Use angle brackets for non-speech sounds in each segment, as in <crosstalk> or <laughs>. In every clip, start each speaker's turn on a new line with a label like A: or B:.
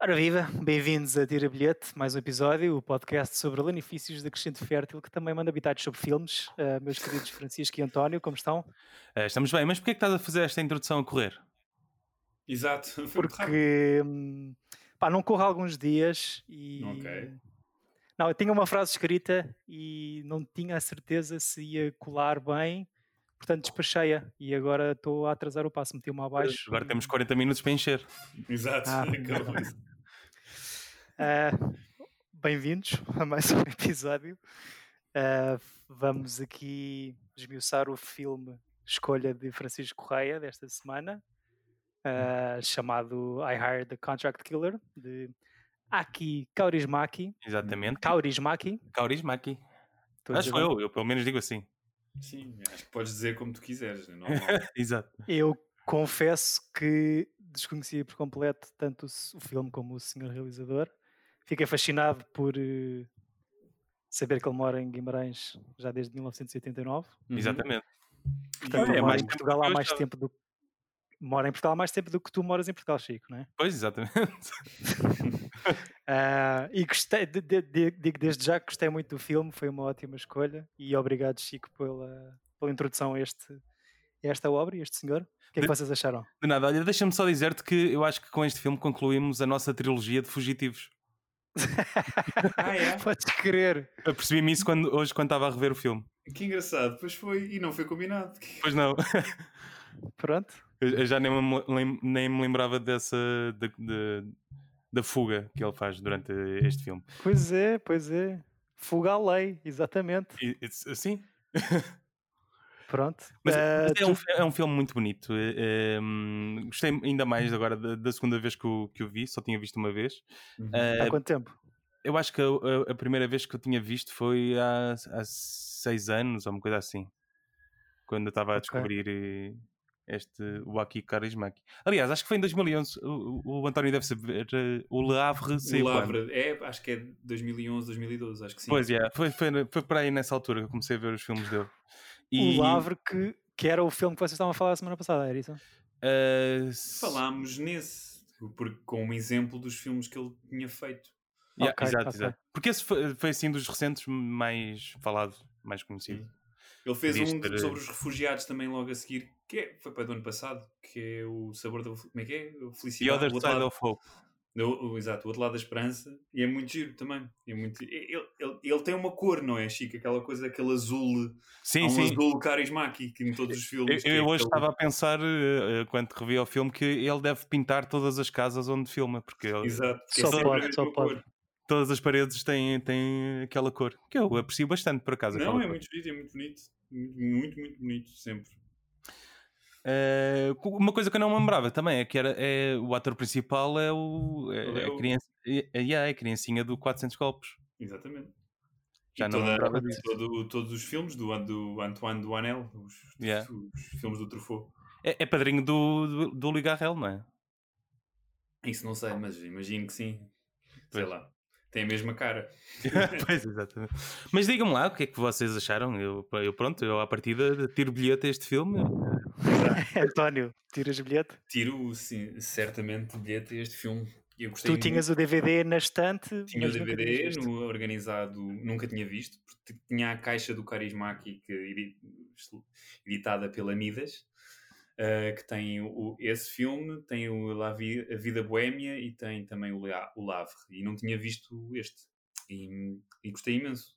A: Ora viva, bem-vindos a Tira Bilhete, mais um episódio, o podcast sobre lanifícios da Crescente Fértil, que também manda habitats sobre filmes. Ah, meus queridos Francisco e António, como estão?
B: Eh, estamos bem, mas porquê é que estás a fazer esta introdução a correr?
C: Exato. <laughs> Foi muito rápido.
A: Porque hum, pá, não corro há alguns dias e.
C: Ok.
A: Não, eu tinha uma frase escrita e não tinha a certeza se ia colar bem, portanto despachei-a e agora estou a atrasar o passo, meti-me abaixo.
B: Agora temos 40 minutos para encher.
C: Exato.
A: Ah.
C: <laughs> Acabou isso.
A: Ah, Bem-vindos a mais um <laughs> episódio. Ah, vamos aqui esmiuçar o filme Escolha de Francisco Correia desta semana, ah, chamado I Hired the Contract Killer, de Aki Kaurismaki.
B: Exatamente.
A: Kaurismaki.
B: Kaurismaki.
A: estou a
B: Acho
A: dizer
B: eu, eu pelo menos digo assim. <laughs>
C: Sim, acho que podes dizer como tu quiseres. Né? Não,
B: Exato.
A: Eu confesso que desconhecia por completo tanto o s- o filme como o senhor realizador. Fiquei fascinado por eh, saber que ele mora em Guimarães já desde 1989.
B: <laughs> Exatamente.
A: Portanto,
C: Uhum.
B: Olha,
A: ele
B: é
A: mora
B: mais
A: em
B: tempo do
A: Portugal
B: que
A: há
B: eu
A: mais
B: achava.
A: tempo do mora em Portugal há mais tempo do que tu moras em Portugal, Chico, não é?
B: Pois, exatamente. <laughs>
A: Ah, e gostei, de- de- de- digo desde já que gostei muito do filme, foi uma ótima escolha e obrigado, Chico, pela, pela introdução a, este, a esta obra e a este senhor. O que é que
B: De-
A: vocês acharam?
B: De nada, olha, deixa-me só dizer-te que eu acho que com este filme concluímos a nossa trilogia de fugitivos.
C: <laughs> Ah, é?
A: <laughs> Podes querer.
B: Eu percebi-me isso quando, hoje quando estava a rever o filme.
C: Que engraçado. Pois foi. E não foi combinado. Que-
B: Pois não, <laughs>
A: Pronto.
B: eu eu já nem me, lem- nem me lembrava dessa. da- de- da fuga que ele faz durante este filme.
A: Pois é, pois é. Fuga à lei, exatamente.
B: E, e- sim,
A: Pronto.
B: Mas,
A: Ah,
B: mas é,
A: tu-
B: um, fi- é um filme muito bonito. é, é, hum, gostei ainda mais agora da, da segunda vez que o, que o vi, só tinha visto uma vez.
C: Uhum.
B: eh,
A: Há
B: ah,
A: quanto tempo?
B: Eu acho que a, a- a primeira vez que eu tinha visto foi há, há seis anos ou uma coisa assim, quando eu estava a
A: Ok.
B: descobrir eh, este Waki Karismaki. Aliás, acho que foi em 2011. O, o- o António deve saber. eh, O Le Havre saiu.
C: O
B: quando?
C: Lavra. É, acho que é 2011, 2012. Acho que sim.
B: Pois é, foi, foi, foi para aí nessa altura que eu comecei a ver os filmes dele.
A: O Lavre, que, que era o filme que vocês estavam a falar a semana passada, era isso?
B: eh,
C: Falámos nesse. Porque, com um exemplo dos filmes que ele tinha feito.
B: Yeah,
A: Ok,
B: exato,
A: ok.
B: exato. Porque esse foi, foi, assim dos recentes mais falado, mais conhecido.
C: Ele fez
B: Podias
C: um de-
B: ter- eh,
C: sobre os refugiados também logo a seguir. Que é- foi para do ano passado. Que é o sabor da. Como é que é? O
B: The
C: Felicidade.
B: Other
C: o outro
B: Side
C: lado-
B: of Hope.
C: O, o- exato, o outro lado da esperança. E é muito giro também. É muito, ele, ele, ele tem uma cor, não é, Chico? Aquela coisa, aquele azul. há
B: Sim,
C: um
B: sim.
C: azul carismático em todos os
B: Eu,
C: filmes. que é
B: eu hoje
C: aquele-
B: estava a pensar, eh, eh, quando revi ao filme, que ele deve pintar todas as casas onde filma, porque ele-
C: Exato. que é
A: Só
C: sempre a
A: pode,
C: mesma
A: só
C: cor.
A: pode.
B: todas as paredes têm, têm aquela cor, que eu aprecio bastante, por acaso.
C: Não,
B: aquela
C: é
B: cor.
C: muito giro, é muito bonito. Muito, muito, muito bonito, sempre.
B: Eh, cu- uma coisa que eu não me lembrava também é que era, é, o ator principal é, o,
C: Ele
B: é,
C: é
B: a
C: o-
B: criança, é, é- é a criancinha do 400 Golpes.
C: Exatamente.
B: Já
C: e
B: não me
C: toda-
B: lembrava disso.
C: todo- todos os filmes do, An- do Antoine Duanel, os,
B: Yeah.
C: os filmes do Truffaut.
B: É, é padrinho do, do, do Ligarrel, não é?
C: Isso não sei, mas imagino que sim. Sei
B: Pois.
C: lá. Tem a mesma cara.
B: <laughs> pois, exatamente. Mas digam-me lá o que é que vocês acharam. Eu, eu pronto, eu à partida tiro bilhete a este filme.
A: António, <laughs> tiras bilhete?
C: Tiro sim, certamente bilhete a este filme. Eu gostei
A: Tu
C: muito.
A: tinhas o DVD na estante.
C: Tinha o
A: mas nunca tinhas
C: DVD
A: visto.
C: no organizado, nunca tinha visto, porque tinha a caixa do Carismático edi- editada pela Midas, eh, que tem o, esse filme, tem o La Vi- A Vida Boémia e tem também o, Lea- o Lavre. E não tinha visto este. E, e gostei imenso.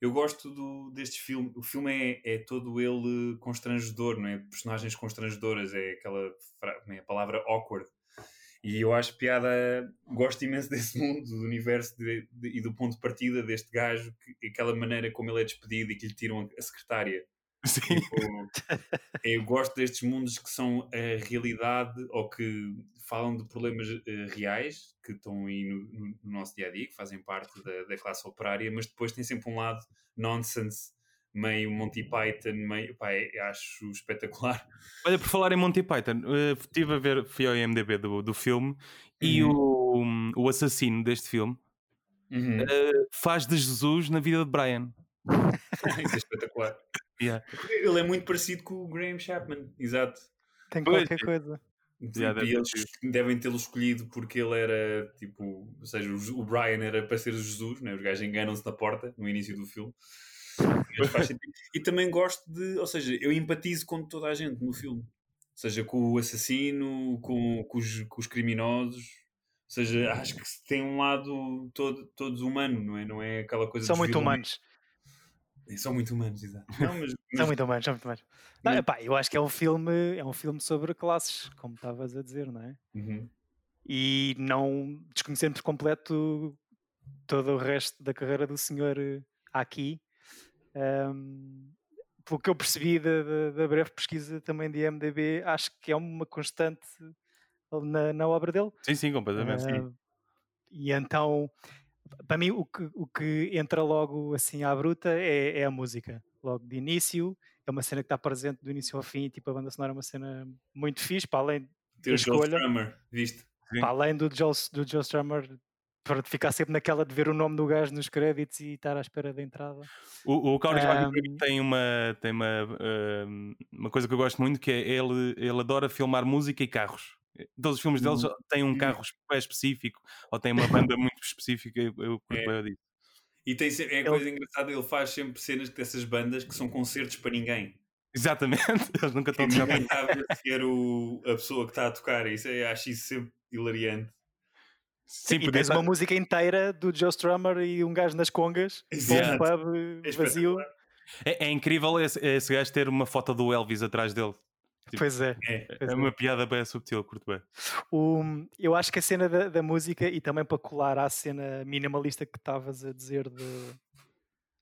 C: Eu gosto do, deste filme. O filme é, é todo ele constrangedor, não é? Personagens constrangedoras, é aquela fra- é a palavra awkward. E eu acho piada, gosto imenso <laughs> desse mundo, do universo de- de- e do ponto de partida deste gajo, que, aquela maneira como ele é despedido e que lhe tiram a secretária.
B: <laughs> Sim.
C: Tipo, eu gosto destes mundos que são a realidade ou que falam de problemas eh, reais que estão aí no, no- no nosso dia a dia, que fazem parte da, da classe operária, mas depois tem sempre um lado nonsense, meio Monty Python, meio. Pá, é- acho espetacular.
B: Olha, por falar em Monty Python, eh, estive a ver, fui ao IMDB do, do filme e o, o assassino deste filme
C: Uhum.
B: faz de Jesus na vida de Brian.
C: <laughs> Isso é espetacular.
B: Yeah.
C: Ele é muito parecido com o Graham Chapman, exato.
A: Tem
B: Pois
A: qualquer coisa.
B: Yeah,
C: e
B: deve
C: eles
B: ter
C: devem tê-lo escolhido porque ele era tipo, ou seja, o o Brian era para ser Jesus, né? os gajos enganam-se na porta no início do filme. Mas faz sentido. e também gosto de, ou seja, eu empatizo com toda a gente no filme, ou seja, com o assassino, com, com os, com os criminosos. Ou seja, acho que tem um lado todo, todos humano, não é? Não é aquela coisa
A: São
C: dos
A: muito
C: vilões.
A: humanos.
C: São muito humanos, exato. Não, mas,
A: São
C: mas
A: muito humanos, são muito humanos. Não,
C: Mas-
A: epá, eu acho que é um filme, é um filme sobre classes, como estavas a dizer, não é?
C: Uhum.
A: E não desconhecendo por completo todo o resto da carreira do senhor eh, aqui. Ahm, pelo que eu percebi da, da- da breve pesquisa também de IMDB, acho que é uma constante na- na obra dele.
B: Sim, sim, completamente.
A: Ah, e então, para mim, o que, o que entra logo assim à bruta é, é a música. Logo de início, é uma cena que está presente do início ao fim. Tipo, a banda sonora é uma cena muito fixe, para além,
C: Ter o Joel
A: escolha.
C: Strummer, viste?
B: Sim.
A: para além do Joe, do Joe Strummer, para ficar sempre naquela de ver o nome do gajo nos créditos e estar à espera da entrada.
B: O, o Kauris Maki para mim
A: Ahm.
B: tem, uma, tem uma, ahm, uma coisa que eu gosto muito que é ele, ele adora filmar música e carros. Todos os filmes deles têm um
C: Hum.
B: carro espe- específico ou têm uma <laughs> banda muito específica. Eu, eu curto
C: É.
B: bué disso.
C: E tem, se- é
A: Ele-
C: coisa engraçada, ele faz sempre cenas dessas bandas que são concertos para ninguém.
B: Exatamente, <laughs> eles nunca
C: E
B: estão de
A: é.
B: jogo.
C: ninguém está a ver sequer o, a pessoa que está a tocar. Isso é, acho isso sempre hilariante.
B: Sim,
A: e
B: podia
A: tens
B: estar-
A: uma música inteira do Joe Strummer e um gajo nas congas, com um
C: Exato.
A: pub
C: É
A: eh, vazio.
B: é, é incrível esse, esse gajo ter uma foto do Elvis atrás dele. Tipo,
A: Pois é.
C: É.
A: pois
B: É
A: é.
B: uma piada bem subtil, eu curto bem.
A: O- Um, eu acho que a cena da, da música e também para colar à cena minimalista que estavas a dizer de,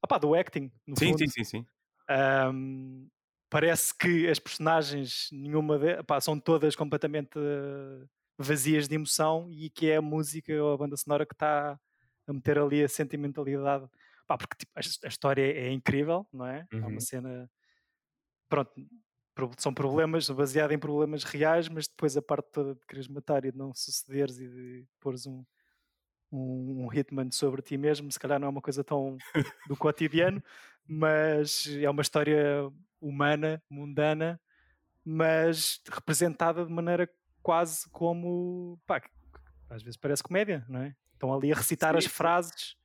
A: opá, do acting, no
B: Sim,
A: fundo,
B: sim, sim, sim.
A: ahm, parece que as personagens, nenhuma de, opá, são todas completamente eh, vazias de emoção e que é a música ou a banda sonora que está a meter ali a sentimentalidade. Pá, porque tipo, a, his- a história é incrível, não é? É
C: Uhum.
A: uma cena. Pronto, pro- são problemas, baseada em problemas reais, mas depois a parte toda de quereres matar e de não sucederes e de pôres um, um, um hitman sobre ti mesmo, se calhar não é uma coisa tão do cotidiano, mas é uma história humana, mundana, mas representada de maneira quase como. Pá, que- às vezes parece comédia, não é? Estão ali a recitar as
C: Sim.
A: frases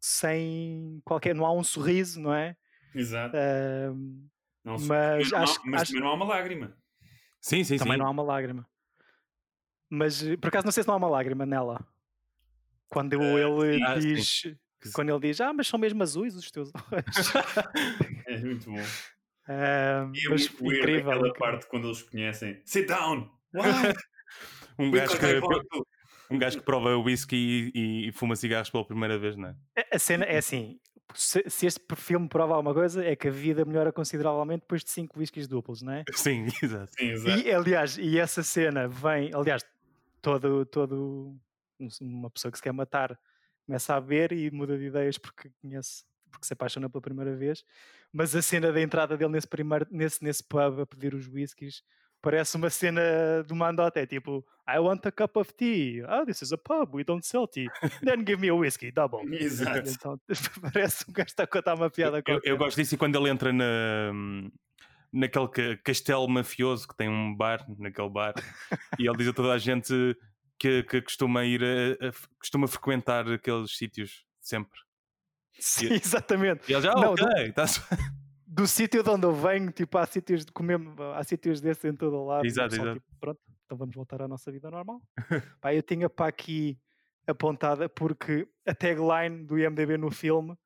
A: sem qualquer. Não há um sorriso, não é?
C: Exato.
A: Ahm,
C: Não,
A: mas
C: mas não há-
A: acho-
C: mas
A: acho-
C: também não há uma lágrima.
B: Sim, sim,
A: também
B: sim.
A: não há uma lágrima. Mas eh, por acaso não sei se não há uma lágrima nela. Quando ele
B: sim. Ah, sim.
A: diz.
B: Que se-
A: Quando ele diz, ah, mas são mesmo azuis os teus olhos.
C: É muito bom.
A: Ahm,
C: E é
A: mas
C: muito weird
A: incrível.
C: aquela
A: incrível.
C: parte quando eles conhecem. Sit down! Why?
A: <laughs>
B: Um
C: We
B: gajo
C: got my
B: que-
C: bottle."
B: <laughs> Um gajo que prova whisky e, e fuma cigarros pela primeira
A: <laughs>
B: vez, não é?
A: A- A cena é assim: se, se este filme prova alguma coisa, é que a vida melhora consideravelmente depois de 5 whiskies duplos, não é?
B: Sim, <laughs> exato.
C: Sim, exato.
A: E, aliás, e essa cena vem, aliás, todo, todo um- uma pessoa que se quer matar começa a ver e muda de ideias porque conhece, porque se apaixona pela primeira vez, mas a cena da entrada dele nesse, primeiro, nesse, nesse pub a pedir os whiskies parece uma cena do Mandote, é tipo I want a cup of tea, ah, this is a pub, we don't sell tea, then give me a whiskey, double.
C: Exato.
A: Então, <laughs> parece um gajo que está a contar uma piada
B: Eu,
A: qualquer.
B: eu gosto disso e quando ele entra na, naquele ca- castelo mafioso que tem um bar,
A: <laughs>
B: naquele bar, e ele diz a toda a gente que, que costuma ir, a- a- costuma frequentar aqueles sítios sempre.
A: Sim, exatamente.
B: E ele já, ah,
A: Não,
B: ok,
A: do-
B: tá-se-"
A: do sítio de onde eu venho, tipo, há sítios de comer, há sítios desses em todo o lado. e o
B: Exato,
A: pessoal,
B: exato.
A: tipo, pronto, então vamos voltar à nossa vida
B: <laughs>
A: normal. Pá, eu tinha para aqui apontada porque a tagline do IMDB no filme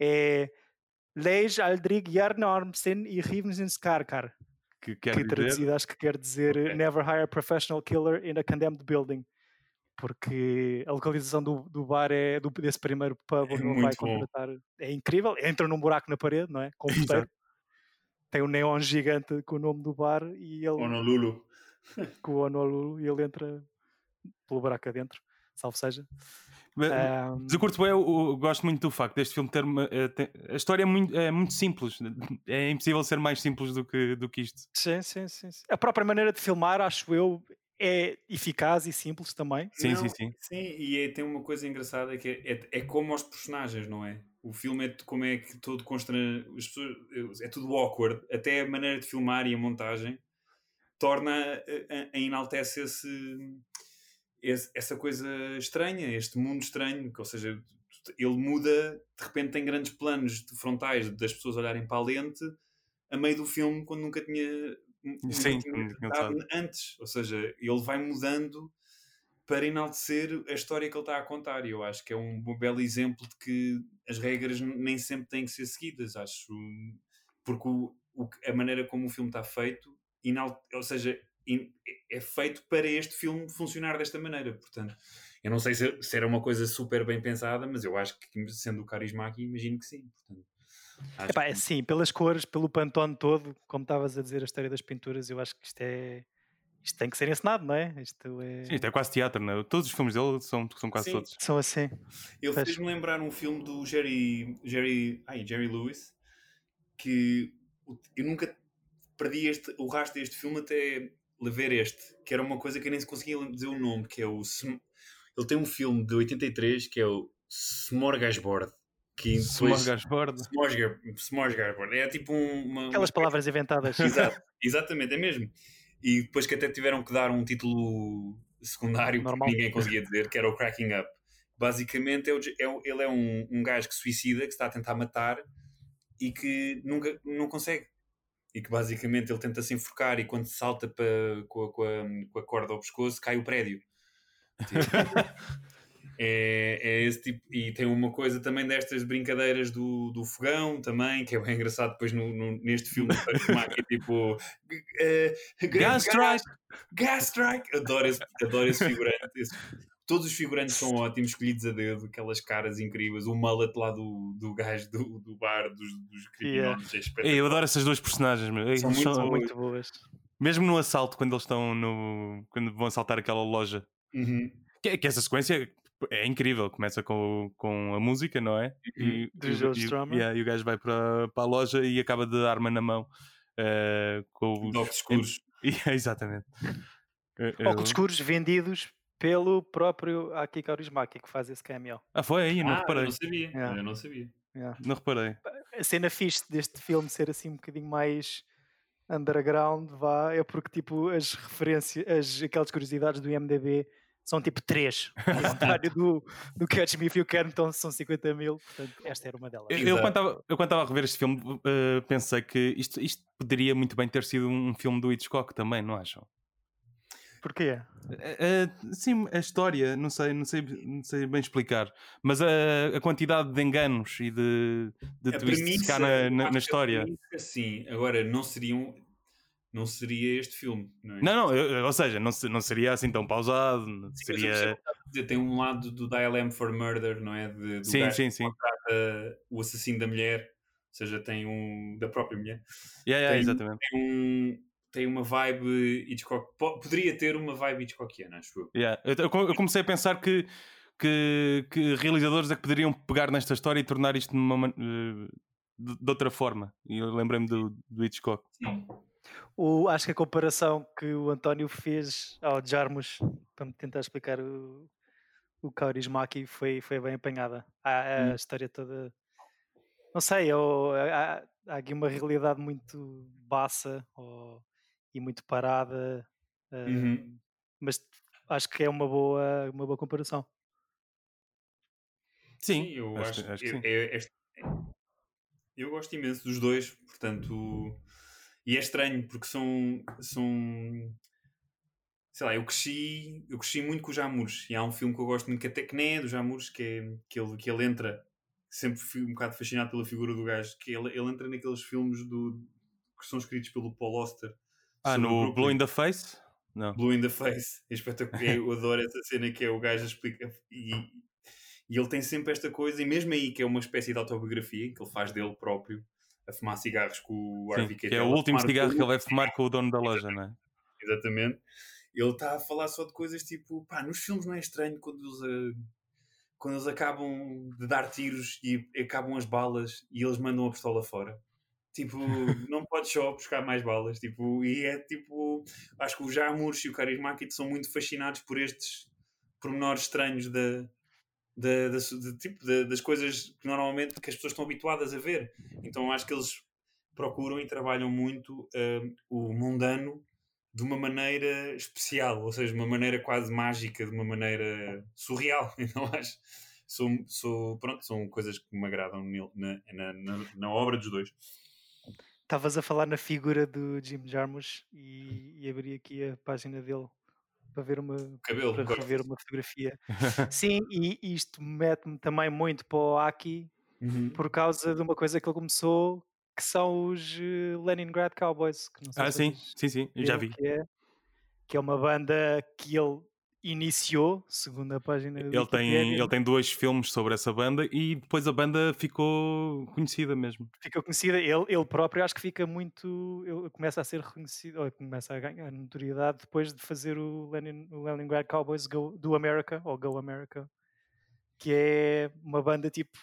A: é Leis aldrig jarnormsen e Rivensenskarkar,
B: que quer
A: que
B: dizer.
A: traduzido acho que quer dizer
B: Ok.
A: Never hire a professional killer in a condemned building. Porque a localização do, do bar é do, desse primeiro pub
C: É
A: onde ele vai
C: muito bom.
A: contratar. É incrível, entra num buraco na parede, não é?
B: <laughs>
A: Com um
B: Exato.
A: puteiro tem um neon gigante com o nome do bar e ele
C: Honolulu.
A: com o Honolulu e ele entra pelo buraco adentro, salvo seja.
B: Mas-
C: Ah,
A: Ahm,
B: Mas eu curto bem, eu, eu gosto muito do facto deste filme ter uma. eh, tem- a história é muito, é muito simples. É impossível ser mais simples do que, do que isto.
A: sim, sim, sim, sim. A própria maneira de filmar, acho eu, é eficaz e simples também.
B: Sim,
C: Não,
B: sim, sim.
C: Sim, e é- tem uma coisa engraçada que é, é, é como os personagens, não é? O filme é de- como é que todo constrange. As pessoas, é tudo awkward, até a maneira de filmar e a montagem. torna a, a enaltece esse, esse- essa coisa estranha, este mundo estranho, que, ou seja, ele muda, de repente tem grandes planos de- frontais das pessoas olharem para a lente a meio do filme quando nunca tinha, nunca
B: Sim,
C: tinha
B: tinha
C: estado antes, ou seja, ele vai mudando para enaltecer a história que ele está a contar e eu acho que é um belo exemplo de que as regras nem sempre têm que ser seguidas, acho porque o- o que- a maneira como o filme está feito, inal- ou seja, in- é feito para este filme funcionar desta maneira. Portanto, eu não sei se, se era uma coisa super bem pensada, mas eu acho que sendo o carisma aqui, imagino que sim. Portanto, acho
A: Epá, é
C: que-
A: assim, pelas cores, pelo pantone todo, como estavas a dizer, a história das pinturas, eu acho que isto é. Isto tem que ser encenado, não é? Isto é.
B: Sim, isto é quase teatro, né? Todos os filmes dele são, são quase
C: Sim.
B: todos.
A: São assim.
C: Eu
A: Pois.
C: fiz-me lembrar um filme do Jerry, Jerry, ai, Jerry Lewis que o- eu nunca perdi este, o rastro deste filme até le- ver este, que era uma coisa que eu nem se conseguia lem- dizer o nome, que é o Sm- ele tem um filme de 83 que é o Smorgasbord que depois-
B: Smorgasbord.
C: Smorga- Smorgasbord, é tipo um- uma,
A: Aquelas
C: uma-
A: palavras
B: <laughs>
A: inventadas. <laughs>
C: Exato, exatamente, é mesmo e depois que até tiveram que dar um título secundário
A: Normal.
C: porque ninguém conseguia dizer, que era o Cracking Up. Basicamente, é o, J- é o- ele é um, um gajo que suicida, que está a tentar matar e que nunca não consegue. E que basicamente ele tenta se enforcar e quando salta para, com, a, com a- com a corda ao pescoço cai o prédio. Tipo,
B: <laughs>
C: É, é esse tipo. E tem uma coisa também destas brincadeiras do, do fogão também, que é bem engraçado depois no, no- neste filme.
B: <laughs>
C: que é tipo. eh,
B: Gas Strike!
C: Gas Strike! Adoro esse, adoro esse figurante. esse- Todos os figurantes são ótimos, escolhidos a dedo, aquelas caras incríveis, o mullet lá do, do gajo do, do bar, dos, dos criminosos, é espetacular.
B: Ei, Eu adoro essas duas personagens, meu. Ei,
C: São
B: eles
C: muito
B: são-
A: São muito boas.
B: Mesmo no assalto, quando eles estão no. quando vão assaltar aquela loja.
C: Uhum.
B: Que, que essa sequência é incrível. Começa com, com a música, não é? E,
A: Uhum, Do
B: e-
A: Joe
B: e-
A: Strummer.
B: yeah, e o gajo vai para, para a loja e acaba de arma na mão. eh, com os-
C: De óculos escuros.
B: <laughs> Yeah, exatamente. Eh, eh,
A: Óculos escuros vendidos pelo próprio Aki Kaurismaki, que faz esse cameo.
B: Ah, foi aí, não
C: Ah, eu
B: reparei.
C: não sabia.
A: Yeah.
C: Eu não sabia.
B: Não reparei.
A: A cena fixe deste filme ser assim um bocadinho mais underground, vá, é porque tipo as referências, as, aquelas curiosidades do IMDB são tipo 3.
B: <laughs>
A: O contrário do, do Catch Me If You Can, então são 50 mil. Portanto, esta era uma delas.
B: Eu, eu
C: Exato.
B: quando tava- eu quando estava a rever este filme, eh, pensei que isto, isto poderia muito bem ter sido um filme do Hitchcock também, não acham?
A: Porquê?
B: Eh, eh, sim, a história, não sei, não sei, não sei bem explicar, mas a, a quantidade de enganos e de, de
C: A
B: twists cá
C: premissa,
B: na,
C: eu
B: na-
C: acho
B: na
C: que a
B: história.
C: premissa, sim, assim. agora não seriam. Não seria este filme, não é?
B: Não, não, eu- eu- ou seja, não, se- não seria assim tão pausado,
C: Sim, mas eu percebo o
B: seria.
C: que estás a dizer, tem um lado do Dial M for Murder, não é? De, do
B: Sim,
C: gajo
B: sim, sim.
C: mata o assassino da mulher, ou seja, tem um. da própria mulher.
B: Yeah, yeah,
C: tem-
B: exatamente.
C: Tem, um, tem uma vibe Hitchcock. po- Poderia ter uma vibe Hitchcockiana, acho eu.
B: Yeah. Eu, eu co- eu comecei a pensar que, que, que realizadores é que poderiam pegar nesta história e tornar isto numa man- eh, de, de outra forma. E eu lembrei-me do, do Hitchcock.
C: Sim.
A: O, acho que a comparação que o António fez ao Jarmus, para me tentar explicar o, o Kaurismaki, foi, foi bem apanhada. A, a história toda. Não sei, ou, há, há aqui uma realidade muito baça ou- e muito parada, eh,
C: Uhum.
A: mas acho que é uma boa, uma boa comparação.
B: Sim,
C: eu
B: acho
C: acho,
B: que- acho que
C: eu-
B: sim.
C: é- é- eu gosto imenso dos dois, portanto. E é estranho porque são. são sei lá, eu cresci, eu cresci muito com os Jamures e há um filme que eu gosto muito que até que nem é dos Jamures, que, é, que, ele, que ele entra. Sempre fui um bocado fascinado pela figura do gajo, que ele, ele entra naqueles filmes do, que são escritos pelo Paul Oster.
B: Ah,
C: sobre
B: no
C: Brooklyn.
B: Blue in the Face? Não.
C: Blue in the Face. É espetacular. Eu adoro essa cena que é o gajo a explicar. E, e ele tem sempre esta coisa, e mesmo aí que é uma espécie de autobiografia que ele faz dele próprio, a fumar cigarros com o
B: Sim,
C: Harvey
B: que é o
C: Keitel, a
B: último
C: fumar
B: cigarro
C: com
B: que ele vai fumar com o dono da loja, não é?
C: Exatamente. Ele está a falar só de coisas tipo, pá, nos filmes não é estranho quando eles, ah, quando eles acabam de dar tiros e acabam as balas e eles mandam a pistola fora. Tipo, não podes só buscar mais balas. Tipo, e é tipo, acho que o Jamurs e o Karismakit são muito fascinados por estes pormenores estranhos da, da, da su- de- tipo, da- das coisas que normalmente que as pessoas estão habituadas a ver. Então acho que eles procuram e trabalham muito ah, o eh, mundano de uma maneira especial, ou seja, de uma maneira quase mágica, de uma maneira surreal, <laughs> não acho? Sou, sou, pronto, são coisas que me agradam nele- na, na, na, na obra dos dois.
A: Estavas a falar na figura do Jim Jarmusch
B: Uhum.
A: e, e abri aqui a página dele para ver uma,
C: Cabelo,
B: um
A: para
C: gosto.
A: rever uma
B: <laughs>
A: fotografia. Sim, e isto mete-me também muito para o Aki
C: Uhum.
A: por causa de uma coisa que ele começou que são os eh, Leningrad Cowboys. Que não sei
B: Ah,
A: se
B: sim,
A: vocês
B: sim, sim, já
A: viram,
B: vi.
A: Que é, que é uma banda que ele iniciou, segundo a página do
B: Ele tem,
A: Wikipedia.
B: ele tem dois filmes sobre essa banda e depois a banda ficou conhecida mesmo. <laughs>
A: ficou conhecida, ele, ele próprio acho que fica muito, ele começa a ser reconhecido, ou começa a ganhar notoriedade depois de fazer o, Lenin, o Leningrad Cowboys Go, do America, ou Go America, que é uma banda tipo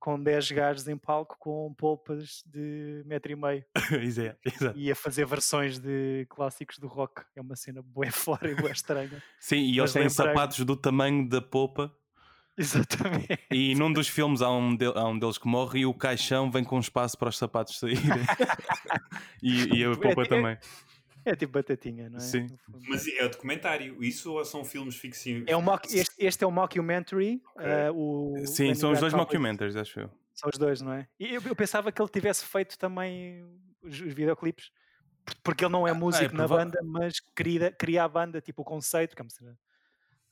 A: com 10 gajos em palco com polpas de metro e meio
B: Isso é, exato.
A: e a fazer versões de clássicos do rock. É uma cena bué <laughs> fora e bué estranha.
B: Sim, e
A: Mas
B: eles têm
A: lembrei-me-
B: sapatos do tamanho da popa.
A: Exatamente.
B: E num dos filmes há um, de- há um deles que morre e o caixão vem com espaço para os sapatos saírem. <laughs> e, e a popa também.
A: É tipo batatinha, não é?
B: Sim.
A: No fundo.
C: Mas é o documentário, isso ou são filmes ficcionais?
A: É um mock, este, este é um mockumentary. eh, o
B: Sim, são
A: Leningrad
B: os dois
A: Cowboys-
B: mockumentaries, acho eu.
A: São os dois, não é? E eu, eu pensava que ele tivesse feito também os, os videoclipes, por- porque ele não
B: Ah,
A: é músico na
B: prova-
A: banda, mas cria, cria a banda, tipo o conceito, que é uma cena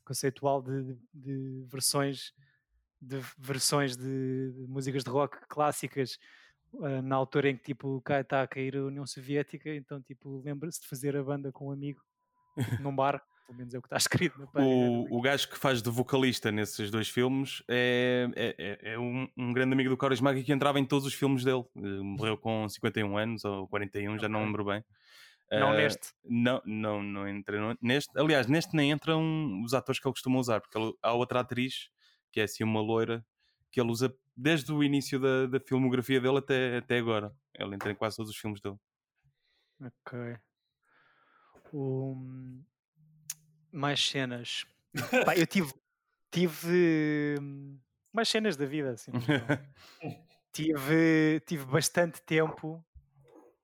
A: conceitual de, de- de versões de versões de, de músicas de rock clássicas ah, na altura em que tipo cá está a cair a União Soviética, então tipo lembra-se de fazer a banda com um amigo num bar, pelo menos é o que está <laughs> escrito na página. do
B: O, o gajo que faz de vocalista nesses dois filmes é, é- é- é um, um grande amigo do Carlos Maggi que entrava em todos os filmes dele. Eh, Morreu com 51 anos ou 41, já não
A: Ok.
B: lembro bem.
A: Wiki. Não
B: Eh,
A: neste.
B: Não, não, não entra no- neste. Aliás, neste nem entram os atores que ele costuma usar, porque ele- há outra atriz, que é assim uma loira, que ele usa desde o início da, da filmografia dele até, até agora. Ele entra em quase todos os filmes dele.
A: Ok. Hum, Mais cenas. Pá, eu tive, tive hum, mais cenas da vida, assim. no geral.
C: <laughs>
A: tive, tive bastante tempo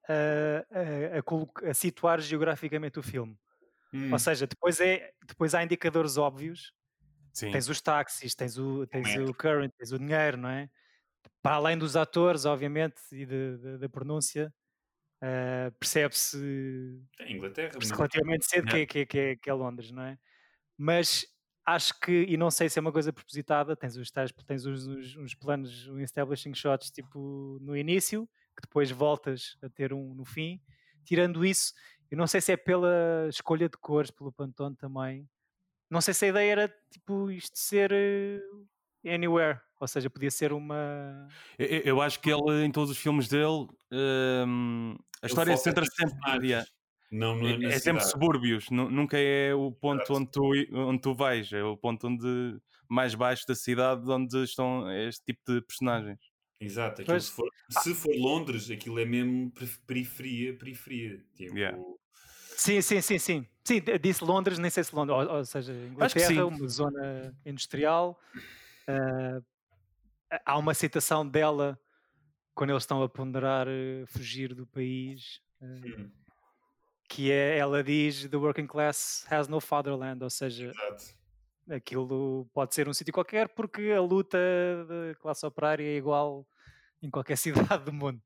A: a, a- a colo- a situar geograficamente o filme.
C: Hum.
A: Ou seja, depois, é, depois há indicadores óbvios
B: Sim.
A: tens os táxis, tens o, tens
C: metro.
A: o current, tens o dinheiro, não é? Para além dos atores, obviamente, e de- de- da pronúncia, eh, percebe-se
C: É Inglaterra,
A: perce-
C: mas-
A: relativamente cedo que,
B: Yeah.
A: é- que, é- que, é- que é Londres, não é? Mas acho que, e não sei se é uma coisa propositada, tens os tais, tens uns, uns- uns planos, uns establishing shots tipo no início, que depois voltas a ter um no fim. Tirando isso, eu não sei se é pela escolha de cores, pelo Pantone também. Não sei se a ideia era tipo isto ser eh, anywhere, ou seja, podia ser uma.
B: Eu, eu- eu acho que ele, em todos os filmes dele, hum, a história
C: foco
B: centra-se
C: nos
B: sempre.
C: personagens,
B: yeah,
C: Não, não
B: é- é sempre subúrbios, nu- nunca é o ponto
C: Exato.
B: onde tu, i- onde tu vais, é o ponto onde mais baixo da cidade onde estão este tipo de personagens.
C: Exato, aquilo
A: Pois.
C: se, for, se for Londres, aquilo é mesmo perif- periferia, periferia. Tipo,
B: Yeah.
A: Sim, sim, sim, sim. Sim, d- disse Londres, nem sei se Londres, ou, ou seja,
B: Acho que sim.
A: Inglaterra, uma zona industrial. ah, há- há uma citação dela quando eles estão a ponderar eh, fugir do país, ah,
C: Hum,
A: que é, ela diz, the working class has no fatherland, ou seja,
C: Exato.
A: aquilo pode ser um sítio qualquer porque a luta da classe operária é igual em qualquer <laughs> cidade do mundo.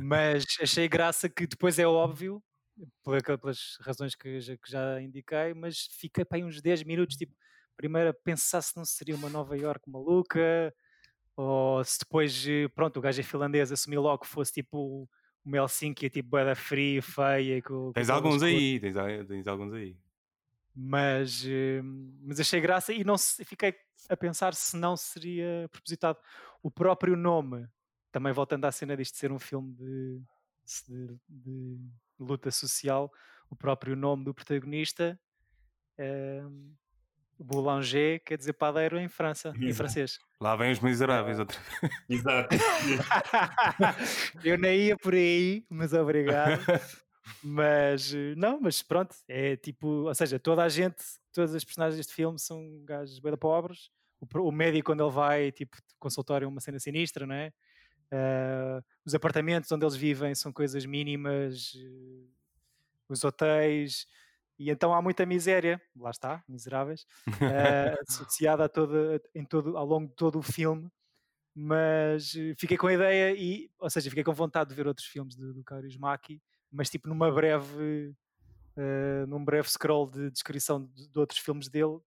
A: Mas achei graça que depois é óbvio, por aquel- pelas razões que já, que já indiquei, mas fiquei para aí uns 10 minutos, tipo, primeiro a pensar se não seria uma Nova Iorque maluca, ou se depois, eh, pronto, o gajo é finlandês, assumi logo que fosse tipo uma Helsinki, tipo, bué da fria, e feia. Com, com
B: Tens
A: todas as
B: alguns
A: cores
B: aí, tens, al- tens alguns aí.
A: mas, eh, mas achei graça e não se- fiquei a pensar se não seria propositado. O próprio nome, também voltando à cena disto ser um filme de, se- de- de luta social, o próprio nome do protagonista, eh, Boulanger, quer dizer padeiro em França, em
C: Exato.
A: francês.
B: Lá vêm os miseráveis. outra-
C: Exato.
A: <laughs> Eu nem ia por aí, mas obrigado. Mas eh, não, mas pronto, é tipo, ou seja, toda a gente, todas as personagens deste filme são gajos bem pobres. O, pro- o médico, quando ele vai, tipo, de consultório, é uma cena sinistra, não é? Ah, os apartamentos onde eles vivem são coisas mínimas. eh, os hotéis, e então há muita miséria, lá está, miseráveis, eh, associada a toda, em todo, ao longo de todo o filme. Mas eh, fiquei com a ideia e, ou seja, fiquei com vontade de ver outros filmes do, do Kaurismäki, mas tipo numa breve, eh, num breve scroll de descrição de, de outros filmes dele,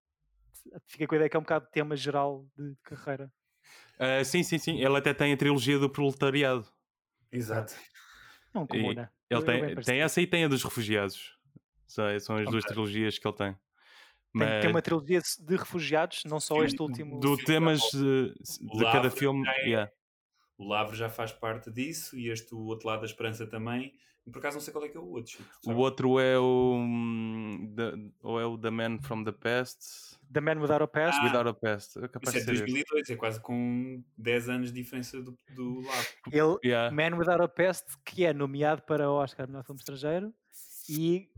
A: fiquei com a ideia que é um bocado tema geral de, de carreira.
B: Ah, sim, sim, sim. Ele até tem a trilogia do proletariado.
C: Exato.
A: Não
B: E
A: comuna.
B: Ele
A: é
B: tem,
A: bem
B: tem
A: parecido.
B: essa e tem a dos refugiados. São, são as duas
C: Ok.
B: trilogias que ele tem.
A: Tem, tem
B: Mas
A: uma trilogia de refugiados, não só
C: Sim,
A: este último.
B: do temas de, de
C: Lá
B: cada
C: foi-
B: filme.
C: já é-
B: yeah.
C: O Lavro já faz parte disso e este, o outro lado da Esperança também. Por acaso não sei qual é que é o outro. Chico,
B: O
C: sabe?
B: outro é o. hum, The, ou é o The Man from the Past.
A: The Man Without a Past.
B: Without a Past. É capaz
C: Isso é
B: de
C: de
B: ser este.
C: 2002, é quase com 10 anos de diferença do, do Lavro.
B: Ah.
A: Ele,
B: Yeah.
A: Man Without a Past, que é nomeado para o Oscar melhor filme estrangeiro e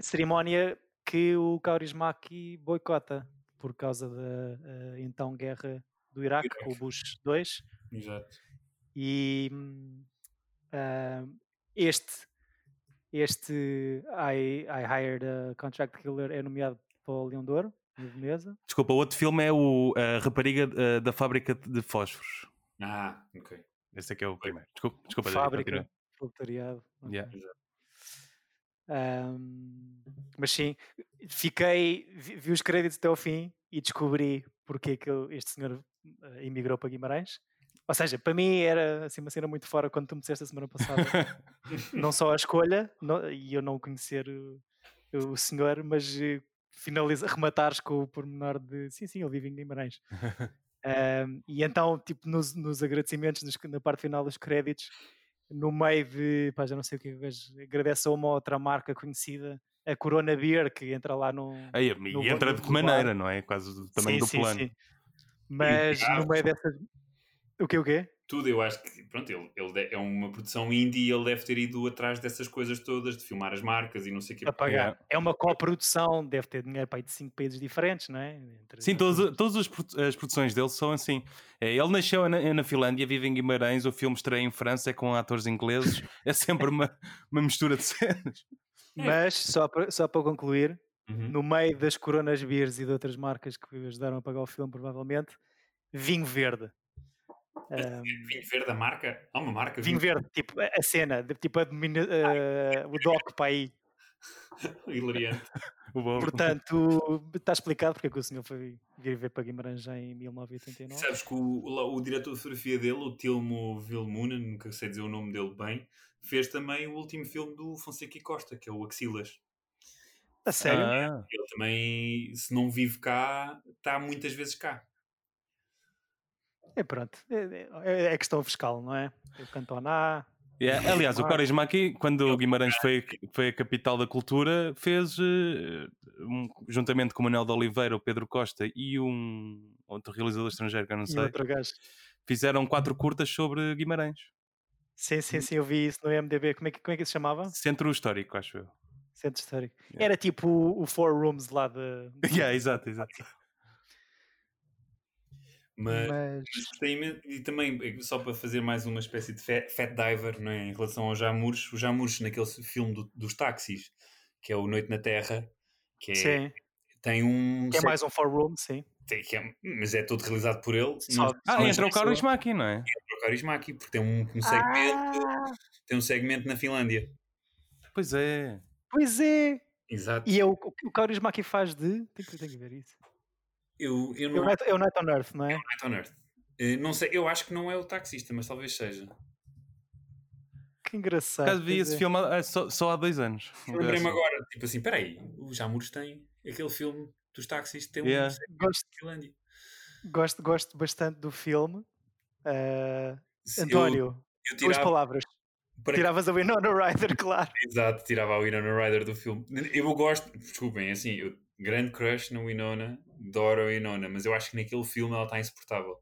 A: cerimónia que o Kaurismäki boicota por causa da eh, então guerra do Iraque
C: Iraque.
A: com o Bush 2
C: Exato.
A: e hum, ah, este este I, I Hired a Contract Killer é nomeado para o Leão de Ouro na Veneza
B: Desculpa, o outro filme é o a Rapariga eh, da Fábrica de Fósforos.
C: Ah, ok.
B: Esse aqui é o primeiro. Desculpa, desculpa David,
A: fábrica,
B: continua.
A: proletariado. ok.
B: Yeah.
A: Ahm, mas sim, fiquei, vi, vi os créditos até ao fim e descobri porque é que eu- este senhor eh, emigrou para Guimarães. Ou seja, para mim era assim uma cena muito fora quando tu me disseste a semana passada, não só a escolha não- e eu não conhecer o, o senhor, mas eh, finaliza, rematares com o pormenor de sim, sim, ele vive em
B: <laughs>
A: Guimarães. Ahm, e então, tipo, nos, nos agradecimentos, nos- na parte final dos créditos, no meio de, pá, já não sei o que é que o gajo agradece a uma outra marca conhecida, a Corona Beer, que entra lá no.
B: <laughs> Aí,
A: No-
B: e entra de que
A: no- no
B: maneira, não é? Quase do tamanho
A: Sim,
B: do
A: sim,
B: plano.
A: sim. Mas no
C: carros.
A: meio dessas. O que o quê?
C: Tudo, eu acho que, pronto, ele, ele de- é uma produção indie e ele deve ter ido atrás dessas coisas todas, de filmar as marcas e não sei o quê.
A: A pagar.
B: Yeah.
A: É uma coprodução, deve ter dinheiro para aí de cinco países diferentes, não é? Entre-
B: Sim, todas, todas as produ- as produções dele são assim. É, Ele nasceu na, na Finlândia, vive em Guimarães, o filme estreia em França, é com atores ingleses, é sempre uma, <laughs> uma mistura de cenas.
A: Mas, só para, só para concluir,
C: Uhum.
A: no meio das Coronas Beers e de outras marcas que ajudaram a pagar o filme, provavelmente, vinho verde. Ahm,
B: Uhum.
C: Vinho verde, a marca? Há uma marca?
A: vinho verde, tipo a a cena, de- tipo a domina- eh, o doc para aí.
C: Hilariante.
B: <laughs> O bom-
A: Portanto, está explicado porque é que o senhor foi vir ver para Guimarães já em 1989.
C: Sabes que o, o lá- o diretor de fotografia dele, o Tilmo Vilmunen, nunca sei dizer o nome dele bem, fez também o último filme do Fonseca e Costa, que é o Axilas.
A: A sério?
B: Ah,
C: Ele também, se não vive cá, está muitas vezes cá.
A: É pronto, é, é- é questão fiscal, não é? O Cantoná,
B: yeah. Aliás, o
A: Claro.
B: Kaurismäki, quando Guimarães foi, foi a capital da cultura, fez, eh, um- juntamente com o Manuel de Oliveira, o Pedro Costa e um outro realizador estrangeiro que eu não
A: e
B: sei,
A: outro gajo.
B: fizeram quatro curtas sobre Guimarães.
A: Sim, sim, sim, eu vi isso no MDB. Como é que, como é que se chamava?
B: Centro histórico, acho
A: <laughs>
B: eu.
A: Centro Histórico.
B: Yeah.
A: Era tipo o, o Four Rooms lá de.
B: Yeah, exato, exato.
C: Mas,
A: Mas.
C: Mas tem imen- E também, eh, só para fazer mais uma espécie de fa- fat diver não é? em relação aos Jamures, os Jamures naquele filme do- dos táxis, que é o Noite na Terra, que é-
A: Sim,
C: tem um.
A: que é mais um Four Room, sim.
C: tem- que é- mas é todo realizado por ele.
A: Só-
C: não-
B: Ah,
C: mas
B: entra o
C: não só
B: Kaurismäki, não é?
C: o Kaurismäki, porque tem um, um segmento,
A: Ah,
C: tem um segmento na Finlândia.
B: Pois é.
A: pois é!
C: Exato.
A: E é o, o que o Kaurismäki faz de. Tem que, tem que ver isso.
C: Eu, eu
A: É o
C: não
A: Night, é o Night on Earth, não é?
C: Night on Earth. Eh, Não sei, eu acho que não é o taxista, mas talvez seja.
A: Que
B: Por
A: engraçado.
B: acaso vi
A: pois
B: esse
A: é.
B: filme há- há só, só há dois anos.
C: Lembrei-me agora, tipo assim, peraí, os Jamures têm aquele filme dos táxis, tem um
B: Yeah.
C: segmento
A: Gosto,
C: na Finlândia.
A: gosto, gosto bastante do filme. Ah,
C: Se eu-
A: António,
C: eu
A: duas
C: tirava-
A: palavras.
C: para-
A: Tiravas a Winona Ryder, <laughs> claro.
C: Exato, tirava a Winona Ryder do filme. Eu gosto, desculpem, assim, eu, grande crush na Winona, adoro a Winona, mas eu acho que naquele filme ela está insuportável.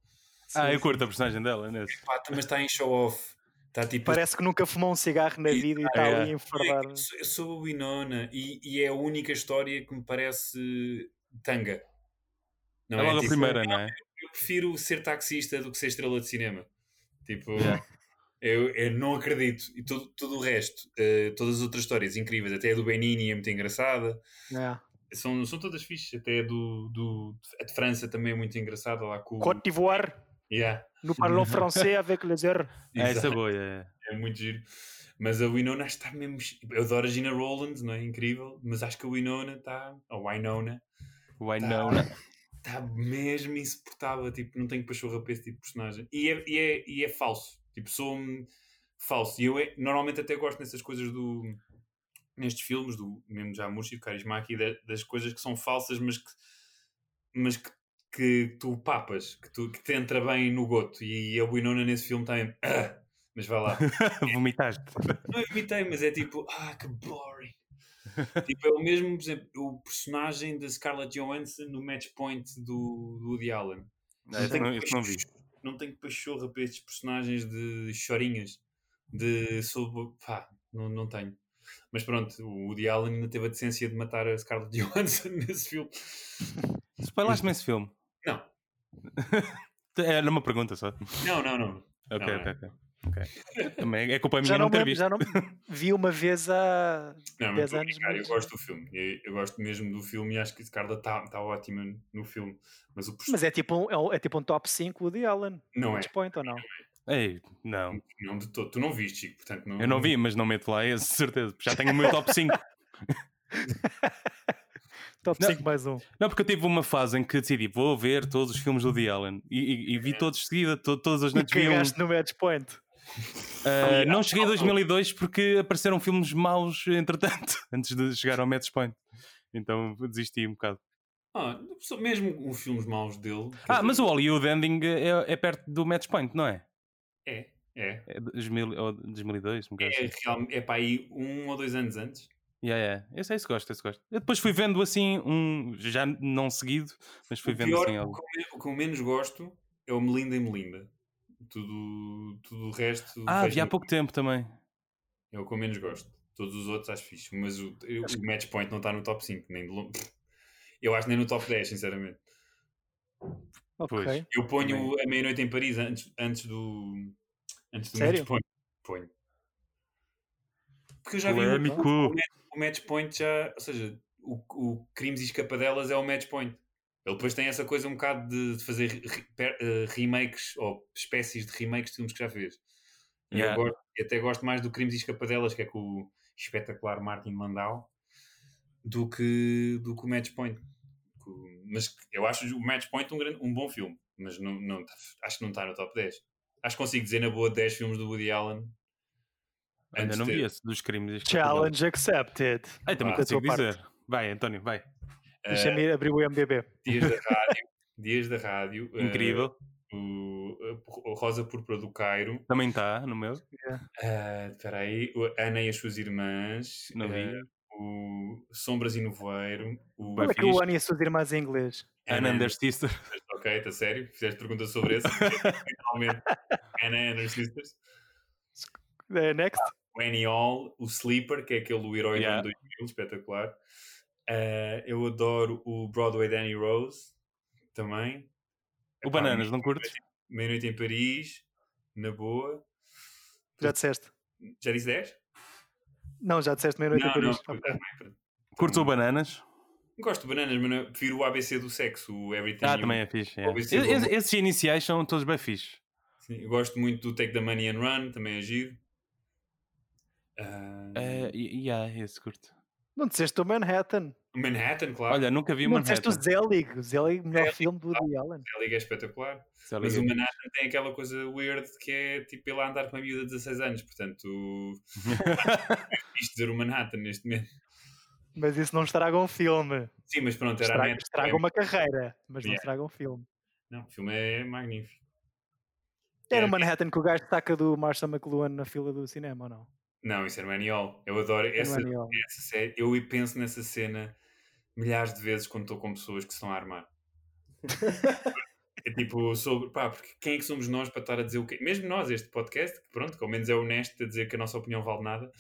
B: Ah,
A: Sim,
B: eu
A: sim.
B: curto a personagem dela é nesse.
C: Pá, mas está em show-off. Está tipo,
A: Parece que nunca fumou um cigarro na vida e está
B: é.
A: ali enfardar.
C: eu sou, eu sou a Winona e, e é a única história que me parece tanga. Não
B: É logo a
C: Tipo,
B: primeira, não é?
C: Eu prefiro ser taxista do que ser estrela de cinema. Tipo,
B: Yeah.
C: Eu, eu não acredito. E todo, todo o resto, eh, todas as outras histórias incríveis, até a do Benini é muito engraçada.
A: É.
C: São, são todas fixas, até a do, do, a de França também é muito engraçada lá com o-
A: Côte d'Ivoire,
C: Yeah,
A: nous parlons français avec les airs.
B: É essa
C: exato,
B: é boa, é.
C: é muito giro. Mas a Winona está mesmo. Eu adoro a Gina Rowland, não é? Incrível. Mas acho que a Winona está. A Winona
B: Why
C: Tá.
B: não?
C: está mesmo insuportável, tipo, não tenho pachorra para esse tipo de personagem. E é, e é, e é falso, tipo, sou-me falso. E eu é- normalmente até gosto nessas coisas do. nestes filmes, do mesmo já Murci, do Karismaki, da- das coisas que são falsas, mas que. mas que, que tu papas, que, tu, que te entra bem no goto. E a Winona nesse filme também. "Ah", mas vai
A: Tá.
B: <laughs>
C: lá.
A: <laughs>
B: Vomitaste.
C: Não evitei, mas é tipo, ah, que boring. tipo, é o mesmo, por exemplo, o personagem da Scarlett Johansson no match point do, do Woody Allen.
B: Não, isso não- isso não vi.
C: Não tenho pachorra para estes personagens de chorinhas. De sobre. pá, não, não tenho. Mas pronto, o Woody Allen ainda teve a decência de matar a Scarlett <laughs> Johansson nesse filme.
B: Spoilaste-me esse filme?
C: Não.
B: <laughs> Era uma pergunta só.
C: Não, não, não.
B: Ok,
C: Não,
B: ok, ok. Ok. Também é culpa minha
A: Já
B: não
A: não, me
B: ter
A: lembro,
B: visto.
A: já não vi uma vez há
C: Não, mas
A: 10
C: estou a
A: anos.
C: brincar, eu
A: mas-
C: gosto do filme. Eu, eu gosto mesmo do filme e acho que Scarlett está tá ótima no filme. Mas o personagem
A: Mas é tipo um, é, um- é tipo um top 5 Woody Allen.
C: não é.
A: Match Point ou não?
B: Ei, não.
C: Não de todo. Tu não viste, Chico, portanto não.
B: Eu não vi, mas não meto lá esse, certeza. Já tenho o meu top 5. <laughs>
A: Top
B: Não.
A: 5 mais um.
B: Não, porque eu tive uma fase em que decidi, vou ver todos os filmes do Woody Allen. E, e- e vi todos de seguida, to- todas as
A: E
B: noites vi um.
A: cagaste no Match Point.
B: Ah, não cheguei a 2002 porque apareceram filmes maus, entretanto, <laughs> antes de chegar ao Match Point. Então desisti um bocado.
C: Ah, só mesmo os filmes maus dele. quer
B: Ah,
C: dizer,
B: mas o Hollywood Ending é, é perto do Match Point, não é?
C: É, é.
B: É de 2000 ou de 2002, um bocado
C: É,
B: assim.
C: real, é para aí um ou dois anos antes.
B: Yeah, yeah. Esse, é esse gosto, esse gosto. Eu depois fui vendo assim, um já não seguido, mas fui
C: o
B: vendo
C: pior,
B: assim
C: o
B: algo.
C: que eu men- o que eu menos gosto é o Melinda e Melinda. Tudo, tudo o resto.
B: Ah,
C: vejo
B: vi há
C: no-
B: pouco tempo também.
C: É o que eu menos gosto. Todos os outros acho fixe. Mas o, eu- o Match Point não está no top 5, nem de longe. Eu acho que nem no top 10, sinceramente.
A: Ok.
B: Pois.
C: Eu ponho a meia-noite em Paris antes, antes do. Antes do
A: Sério?
C: Match Point. Ponho. Porque eu já vi. o-
B: Polémico.
C: o match point já, ou seja, o, o Crimes e Escapadelas é o match point. Ele depois tem essa coisa um bocado de, de fazer re- per- eh, remakes ou espécies de remakes de filmes que já fez. Eu
B: Yeah.
C: gosto- Eu, até gosto mais do Crimes e Escapadelas, que é com o espetacular Martin Landau, do que, do que o match point. Co- Mas eu acho o match point um, grande, um bom filme, mas não, não tá- acho que não está no top 10. Acho que consigo dizer na boa 10 filmes do Woody Allen.
B: Ainda
C: antes
B: não
C: de-
B: vi esse dos crimes. e escapadelas.
A: Challenge accepted.
B: Ai, também
C: Ah,
A: da
B: consigo
A: tua parte.
B: dizer. Vai, António, vai.
C: eh,
A: Deixa-me ir abrir o MDB.
C: dias da rádio. Dias da rádio. eh,
B: Incrível.
C: o, a Rosa Púrpura do Cairo.
B: Também está no
C: é
B: meu.
C: ah, Espera aí. o Ana e as suas irmãs.
B: Não vi.
C: ah, o Sombras e Nevoeiro.
B: Bem
C: O
A: Como é que
B: fixe.
A: o Annie e as suas irmãs em inglês?
B: An é? Anders Sister.
C: Sisters. Ok, está sério? Fizeste pergunta sobre esse? Finalmente. Ana and her Sisters.
A: Eh, next?
C: O Annie All. O Sleeper, que é aquele do herói
B: Yeah.
C: do ano 2000, espetacular. Ah, eu adoro o Broadway Danny Rose. Também.
B: O
C: Epá,
B: Bananas, não curtes?
C: Meia-noite em Paris. Na boa.
A: Já disseste?
C: Já disse 10?
A: Não, já disseste meia-noite em
C: Não, não,
A: Paris.
C: porque-
A: Ok.
B: Curto o Bananas?
C: Gosto de bananas, mas não, prefiro o ABC do sexo, o Everything.
B: Ah,
C: You-
B: também é fixe. é.
C: Ou isso é
B: Es-
C: bom.
B: Esses iniciais são todos bem fixe.
C: Sim, eu gosto muito do Take the Money and Run, também é giro. Ah,
B: É, e- e há esse curto.
A: Não disseste o Manhattan.
C: Manhattan, claro.
B: Olha, nunca vi
A: não
B: uma
A: disseste o Zelig. O Zelig, é o melhor filme do Woody Allen.
C: A liga é espetacular. Mas o Manhattan tem aquela coisa weird que é tipo ele a andar com uma miúda de 16 anos,
A: <laughs>
C: portanto, isto dizer o Manhattan neste momento.
A: Mas isso não estraga um filme.
C: Sim, mas pronto, era a
A: Estraga,
C: meta.
A: estraga uma carreira, mas não
C: Yeah.
A: estraga um filme.
C: Não, o filme é magnífico.
A: Era o
C: É.
A: Manhattan que o gajo taca do Marshall McLuhan na fila do cinema, ou não? é,
C: Não, isso era o Annie Hall. Eu adoro
A: Era o
C: essa,
A: Annie Hall.
C: essa série. Eu penso nessa cena milhares de vezes quando estou com pessoas que estão a armar. é tipo, sobre, pá, porque quem é que somos nós para estar a dizer o quê? Mesmo nós, este podcast, que pronto, que ao menos é honesto a dizer que a nossa opinião vale nada.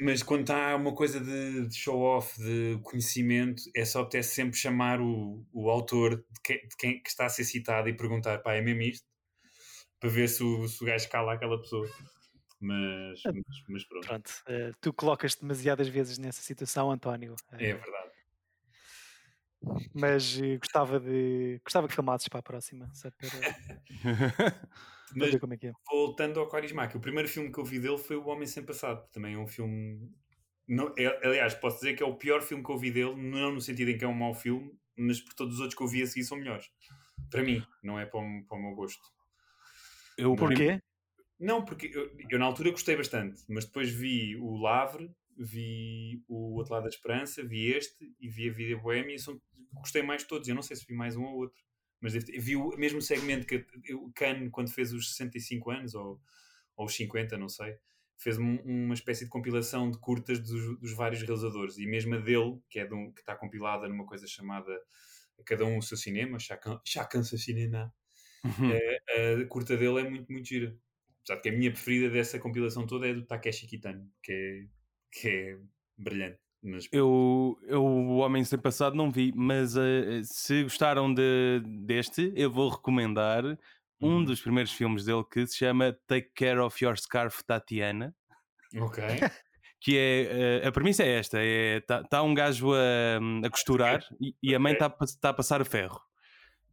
C: Mas quando está uma coisa de, de show-off, de conhecimento, é só apetece sempre chamar o, o autor de que- de quem que está a ser citado e perguntar, pá, é mesmo isto? Para para ver se o, se o gajo cala aquela pessoa. Mas, mas, mas pronto,
A: Pronto, eh, tu colocas-te demasiadas vezes nessa situação, António.
C: é
A: eh,
C: verdade.
A: Mas eh, gostava de. Gostava que filmasses para a próxima, só para, para
B: <laughs>
C: Mas
A: ver como é que é.
C: voltando ao Korismaki, o primeiro filme que eu vi dele foi O Homem Sem Passado, que também é um filme. Não, é- aliás, posso dizer que é o pior filme que eu vi dele, não no sentido em que é um mau filme, mas por todos os outros que eu vi a seguir são melhores. Para mim, não é para o, para o meu gosto.
B: Eu,
A: Porquê?
C: Não, porque eu, eu na altura gostei bastante, mas depois vi o Lavre, vi o Outro Lado da Esperança, vi este e vi a Vida Boémia e são, gostei mais de todos. Eu não sei se vi mais um ou outro, mas devo ter- vi o mesmo segmento que eu- o Khan, quando fez os 65 anos ou, ou os 50, não sei, fez um- uma espécie de compilação de curtas dos, dos vários realizadores e mesmo a dele, que, é de um- que está compilada numa coisa chamada Cada um o seu cinema, Chacun, Chacun seu cinema
B: <laughs>
C: a curta dele é muito, muito gira. Apesar de que a minha preferida dessa compilação toda é do Takeshi Kitano, que é, que é brilhante. Mas
B: Eu, eu o Homem Sem Passado não vi, mas eh, se gostaram de, deste, eu vou recomendar um
C: Uhum.
B: dos primeiros filmes dele que se chama Take Care of Your Scarf, Tatiana.
C: <laughs> Ok.
B: que é eh, a premissa é esta: é tá, tá um gajo a, a costurar e, e a mãe
C: Ok.
B: está a passar o ferro.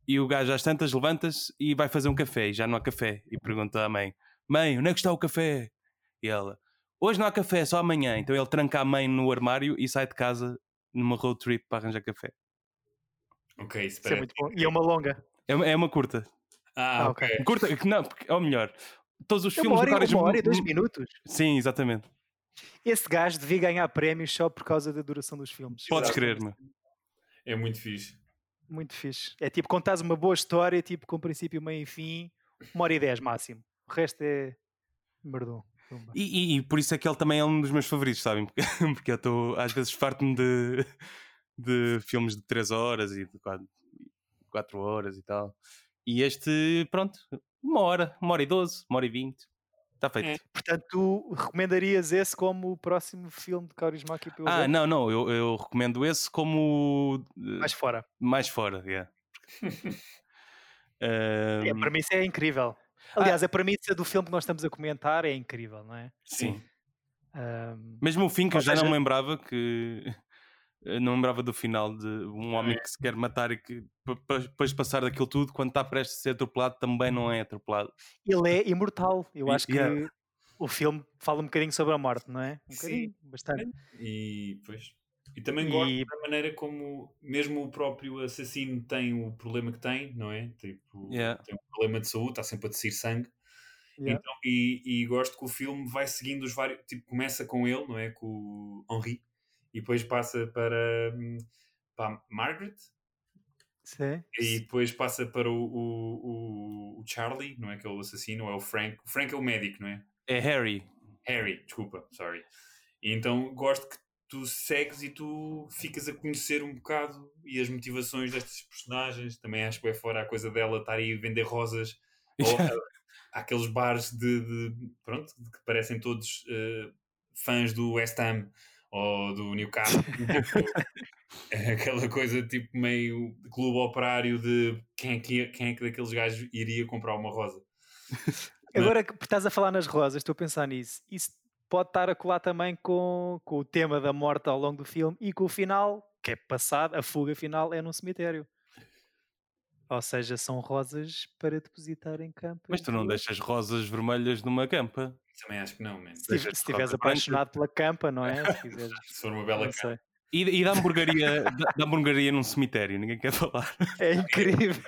B: E o gajo às tantas levanta-se e vai fazer um café e já não há café. E pergunta à mãe: Mãe, onde é que está o café? E ela: Hoje não há café, só amanhã. Então ele tranca a mãe no armário e sai de casa numa road trip para arranjar café.
C: Ok, isso
A: Isso é
C: parece.
A: muito bom. E é uma longa.
B: É, uma- é uma curta.
C: Ah,
A: Ah,
C: ok.
B: Curta, que não, porque, ou melhor, todos os
A: É uma
B: filmes do
A: hora, e-
B: Carlos
A: uma
B: Mu-
A: hora e dois minutos.
B: Sim, exatamente.
A: Esse gajo devia ganhar prémios só por causa da duração dos filmes.
B: Podes
C: Exato.
B: crer, meu.
C: É muito fixe.
A: Muito fixe. É tipo, contares uma boa história, tipo, com princípio, meio e fim, uma hora e dez máximo. O resto é. Merdão. Pumba.
B: E, e- e por isso é que ele também é um dos meus favoritos, sabem? <laughs> Porque, porque eu estou, às vezes, farto-me de, de filmes de 3 horas e de 4, horas e tal. E este, pronto, uma hora, uma hora e 12, uma hora e 20. Está feito.
C: É.
A: Portanto, tu recomendarias esse como o próximo filme de Kaurismaki para eu
B: Ah,
A: ver?
B: não, não, eu, eu recomendo esse como eh,
A: Mais fora.
B: mais fora. Yeah.
A: É, a
B: Ahm,
A: premissa é incrível. Aliás, a premissa do filme que nós estamos a comentar é incrível, não é?
B: sim.
A: Ahm,
B: Mesmo o fim, que
A: Ou
B: eu já não
A: seja-
B: me lembrava que <laughs> eh, não me lembrava do final de um homem que se quer matar e que pa- pa- depois de passar daquilo tudo, quando está prestes a ser atropelado, também não é atropelado.
A: ele é imortal. Eu
B: E-
A: acho que
B: yeah.
A: o filme fala um bocadinho sobre a morte, não é? Um
C: Sim.
A: bocadinho, bastante.
C: E pois. E também
A: E-
C: gosto da maneira como mesmo o próprio assassino tem o problema que tem, não é? Tipo,
B: Yeah.
C: tem um problema de saúde, está sempre a descer sangue.
A: Yeah.
C: Então, e, e gosto que o filme vai seguindo os vários. Tipo, começa com ele, não é? Com o Henri, e depois passa para, hum, para a Margaret,
A: Sim.
B: é?
C: e depois passa para o, o, o- o Charlie, não é? Que é o assassino, ou é o Frank. O Frank é o médico, não é?
B: É Harry.
C: Harry, desculpa, sorry. E então gosto que tu segues e tu ficas a conhecer um bocado e as motivações destas personagens. Também acho que é fora a coisa dela estar aí a vender rosas ou a- àqueles bares de, de- pronto, de que parecem todos eh, fãs do West Ham ou do Newcastle.
A: <laughs>
C: Tipo, <laughs> é Aquela coisa tipo meio de clube operário de quem é, que, quem é que daqueles gajos iria comprar uma rosa. Mas-
A: Agora que estás a falar nas rosas, estou a pensar nisso. Isso pode estar a colar também com, com o tema da morte ao longo do filme e com o final, que é passado, a fuga final é num cemitério. Ou seja, são rosas para depositar em campo.
B: <laughs> Mas
A: em
B: tu não
A: flor.
B: deixas rosas vermelhas numa campa.
C: Também acho que não, man.
A: Se tiv-
B: deixas
A: se estiveres
B: rosa branca.
A: apaixonado pela campa, não é?
B: <laughs>
A: Se quiseres,
C: Se for uma
A: não
C: bela
A: sei.
B: E, e da hamburgueria, da, da hamburgueria num cemitério, ninguém quer falar.
A: É
B: <laughs>
A: incrível.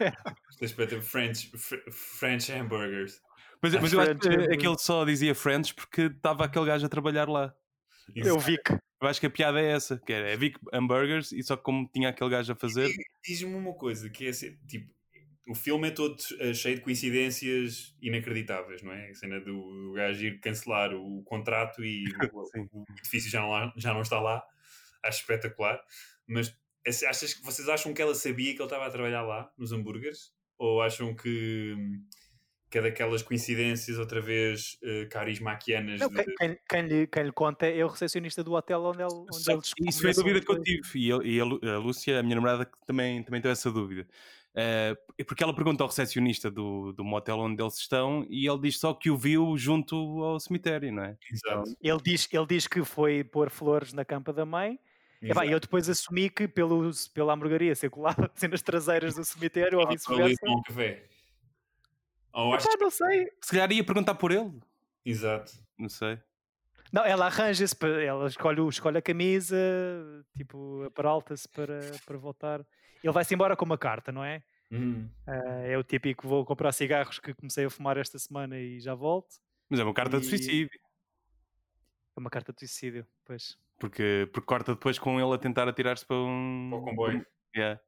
C: Tens para ter French, fr- French hamburgers.
B: Mas, mas eu acho que
A: Friends, é
B: aquele só dizia Friends porque estava aquele gajo a trabalhar lá.
A: Eu vi que
B: Eu acho que a piada é essa, que era, é Vic Hamburgers e só como tinha aquele gajo a fazer,
C: Diz-me uma coisa, que é ser, tipo, o filme é todo eh, cheio de coincidências inacreditáveis, não é? A cena do, do gajo ir cancelar o contrato e
B: Sim.
C: o, o edifício já não, lá- já não está lá. Acho espetacular. Mas ach- achas que vocês acham que ela sabia que ele estava a trabalhar lá, nos hambúrgueres? Ou acham que, hum, que é daquelas coincidências outra vez eh, carismaquianas
A: Não, é
C: de-
B: eh,
A: quem, quem- quem lhe, quem lhe conta é o recepcionista do hotel onde ele, onde é
B: Só
A: ele
B: que isso foi
A: descobriu
B: a dúvida que eu
A: essas
B: tive. E, eu- e a, Lu- a Lúcia, a minha namorada, que também, também teve essa dúvida. Eh, porque ela pergunta ao recepcionista do, do motel onde eles estão e ele diz só que o viu junto ao cemitério, não é?
C: Exato.
A: Ele diz, ele diz que foi pôr flores na campa da mãe. Epá,
C: Exato.
A: eu depois assumi que pelo, pela hamburgueria ser colada <laughs> assim, nas traseiras do cemitério ou
C: Ou ali
A: vice-versa.
C: com o café. Ou acho
A: Epá, não sei.
B: Se calhar ia perguntar por ele,
C: Exato.
B: não sei.
A: Não, ela arranja-se, pa- ela escolhe, o- escolhe a camisa, tipo, aparalta-se para, para voltar. Ele vai-se embora com uma carta, não é?
C: Hum.
A: Eh, É o típico, vou comprar cigarros que comecei a fumar esta semana e já volto.
B: Mas é uma carta de
A: E-
B: suicídio,
A: É uma carta de suicídio, pois.
B: porque, porque corta depois com ele a tentar atirar-se para um.
C: Para o comboio.
B: Yeah.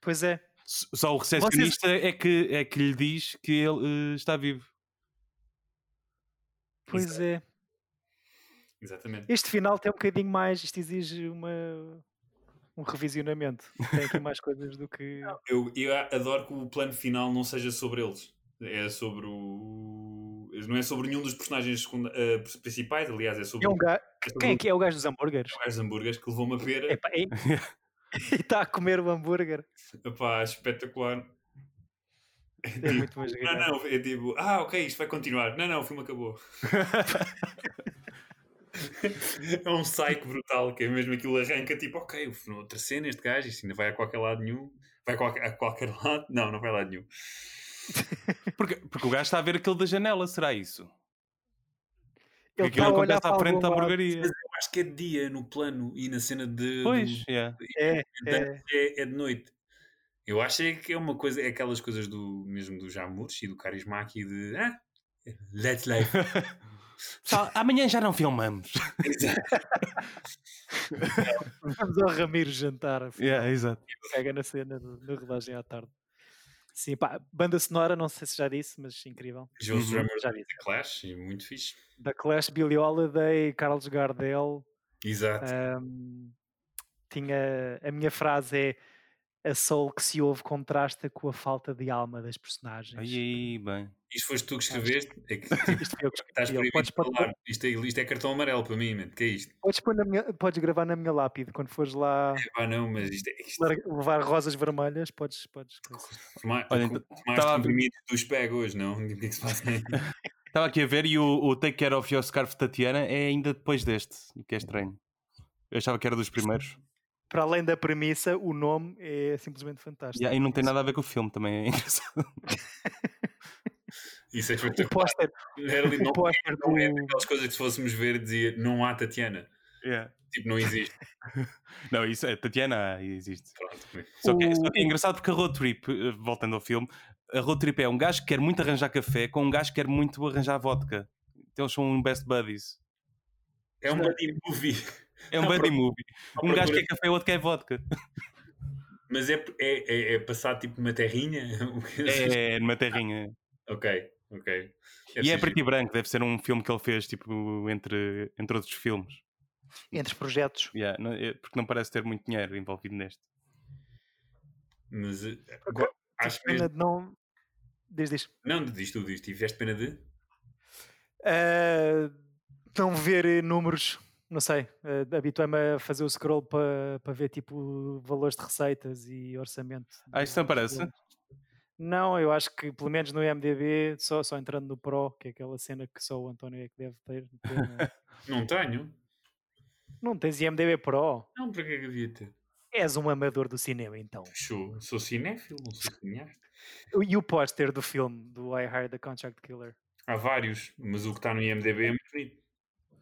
A: Pois é.
B: S- Só o recepcionista é, que, é que lhe diz que ele eh, está vivo.
A: Pois
C: Exato.
A: é.
C: Exatamente.
A: Este final tem um bocadinho mais, isto exige uma, um revisionamento. Tem aqui mais coisas do que.
C: Eu, eu adoro que o plano final não seja sobre eles. É sobre o. Não é sobre nenhum dos personagens secunda- eh, principais, aliás, é sobre
A: É um ga...
C: é sobre
A: Quem é que é o gajo dos hambúrgueres?
C: o gajo dos hambúrgueres que levou uma pera.
A: Epá,
B: <laughs>
A: e está a comer o hambúrguer.
C: Epá, espetacular. É
A: É
C: tipo,
A: muito mais
C: não,
A: grande.
C: não, é tipo, ah, ok, isto vai continuar. Não, não, o filme
A: <laughs>
C: acabou. é um psycho brutal, que é mesmo aquilo arranca, tipo, ok, o- outra cena, este gajo, isto ainda vai a qualquer lado nenhum. Vai a qualquer, a qualquer <laughs> lado? Não, não vai a lado nenhum.
B: Porque, porque o gajo está a ver aquilo da janela, será isso?
A: Ele
B: Porque aquilo
A: tá a olhar
B: acontece à
A: para
B: frente da
A: algum lado.
B: hamburgueria.
C: Eu acho que é de dia no plano e na cena de.
B: Pois,
C: do-
B: yeah.
A: É,
C: Portanto,
A: é.
C: é, é de noite. Eu acho é que é uma coisa, é aquelas coisas do mesmo do Jamurch e do Karismaki de. Ah,
B: <laughs>
C: let's life.
B: Pessoal, amanhã já não filmamos.
A: Vamos ao Ramiro jantar.
B: <laughs> yeah, exato.
A: Pega na cena do- na rodagem à tarde. Sim, pá, banda sonora, não sei se já disse, mas incrível.
C: Joe
B: Uhum.
C: Strummer
A: Já
C: da
A: disse.
C: Clash, e muito fixe.
A: Da Clash, Billy Holiday, Carlos Gardel.
C: Exato.
A: É. Ahm, tinha a minha frase é a soul que se ouve contrasta com a falta de alma das personagens.
B: Aí, aí, bem.
C: Isto foste tu que escreveste? É que
A: <laughs>
C: tipo,
A: Isto foi eu que
C: estás
A: escrevi,
C: proibido
A: podes,
C: de
A: pôr-
C: falar. Isto é, isto é cartão amarelo para mim, man. que é isto?
A: podes pôr na minha- podes gravar na minha lápide quando fores lá
C: Ah, não, mas isto é. Isto
A: lar- levar rosas vermelhas, podes, podes.
C: mais,
B: Olha,
C: com-
B: então,
C: mais
B: estava a-
C: comprimido do SPEG hoje, não? O que é que se passa?
B: <laughs> Estava aqui a ver e o, o Take Care of Your Scarf de Tatiana é ainda depois deste, o que é estranho. Eu achava que era dos primeiros.
A: Para além da premissa, o nome é simplesmente fantástico.
B: E aí não tem nada a ver com o filme também, é <laughs> engraçado.
C: Isso é
A: O
C: espetacular.
A: póster,
C: Era <laughs> ali,
A: o
C: não,
A: póster
C: não é
A: do.
C: daquelas coisas que se fôssemos ver dizia não há Tatiana.
B: Yeah.
C: Tipo, não existe.
B: Não, isso é Tatiana ah, existe.
C: Pronto.
B: Só que,
A: O-
B: só que é engraçado porque a Road Trip, eh, voltando ao filme, a Road Trip é um gajo que quer muito arranjar café com um gajo que quer muito arranjar vodka. Então eles são um best buddies.
C: É um buddy <laughs> movie.
B: É um buddy movie. Um gajo quer café, o outro quer vodka.
C: Mas é, é, é, é passar tipo numa terrinha? <laughs> O que é-
B: <laughs> É numa terrinha.
C: ok, ok.
B: E é
C: giro.
B: preto e branco, deve ser um filme que ele fez tipo entre, entre outros filmes.
A: Entre os projetos.
B: Yeah, não- é- porque não parece ter muito dinheiro envolvido neste.
C: Mas eh,
A: Ok.
C: go- acho
A: Tive
C: mesmo.
A: pena de não. Diz, diz.
C: Não, diz tu, diz. Tiveste pena de?
A: Ah, não ver eh, números, não sei. ah, Habituei-me a fazer o scroll para ver tipo valores de receitas e orçamento.
B: Ah, isto não
A: dos
B: parece?
A: filmes. Não, eu acho que pelo menos no IMDB, só, só entrando no Pro, que é aquela cena que só o António é que deve ter. ter, não
B: <laughs>
A: é?
C: Não tenho.
A: não tens IMDB Pro?
C: Não, para que é que havia de ter?
A: És um amador do cinema, então.
C: Show. Sou cinéfilo, não sou cineasta.
A: E o póster do filme, do I Hired the Contract Killer?
C: Há vários, mas o que está no IMDB é muito bonito.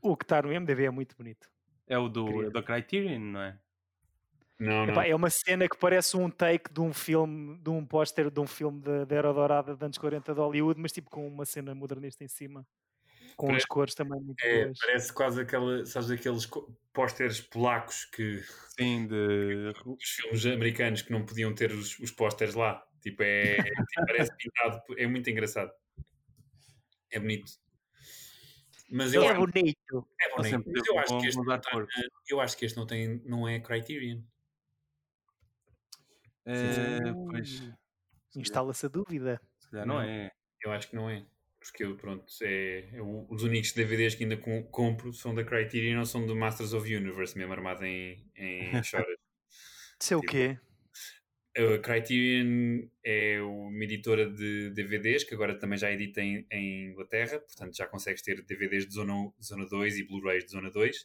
A: O que está no IMDB é muito bonito.
B: É o do,
A: Queria.
B: é do Criterion, não é?
C: Não, não.
A: Epá, é uma cena que parece um take de um filme, de um póster de um filme da da Era Dourada de anos 40 de Hollywood, mas tipo com uma cena modernista em cima, com as
C: Parece-
A: cores também muito
C: É,
A: boas.
C: parece quase aquela, sabes, aqueles co- pósteres polacos que
B: Sim, de.
C: os filmes americanos que não podiam ter os, os pósteres lá. Tipo, é, tipo, parece pintado, é muito engraçado. É bonito. Mas eu,
A: É
C: acho,
A: bonito.
C: é
B: Ele
C: bonito.
B: sempre
C: Mas
B: teve
C: eu
B: um
C: acho
B: bom
C: que este,
B: mudar de cor.
C: eu acho que este não, tem, não é Criterion.
B: É, pois,
A: Ui, Instala-se a dúvida.
B: se calhar não
C: Não.
B: é.
C: Eu acho que não é. Porque eu, pronto, é, eu- os únicos DVDs que ainda com- compro são da Criterion ou são do
A: <laughs>
C: Masters of Universe, mesmo armado em, em choras.
A: Sei é o
C: Tipo,
A: quê?
C: A Criterion é uma editora de DVDs que agora também já edita em, em Inglaterra, portanto já consegues ter DVDs de zona, um, zona 2 e Blu-rays de zona 2.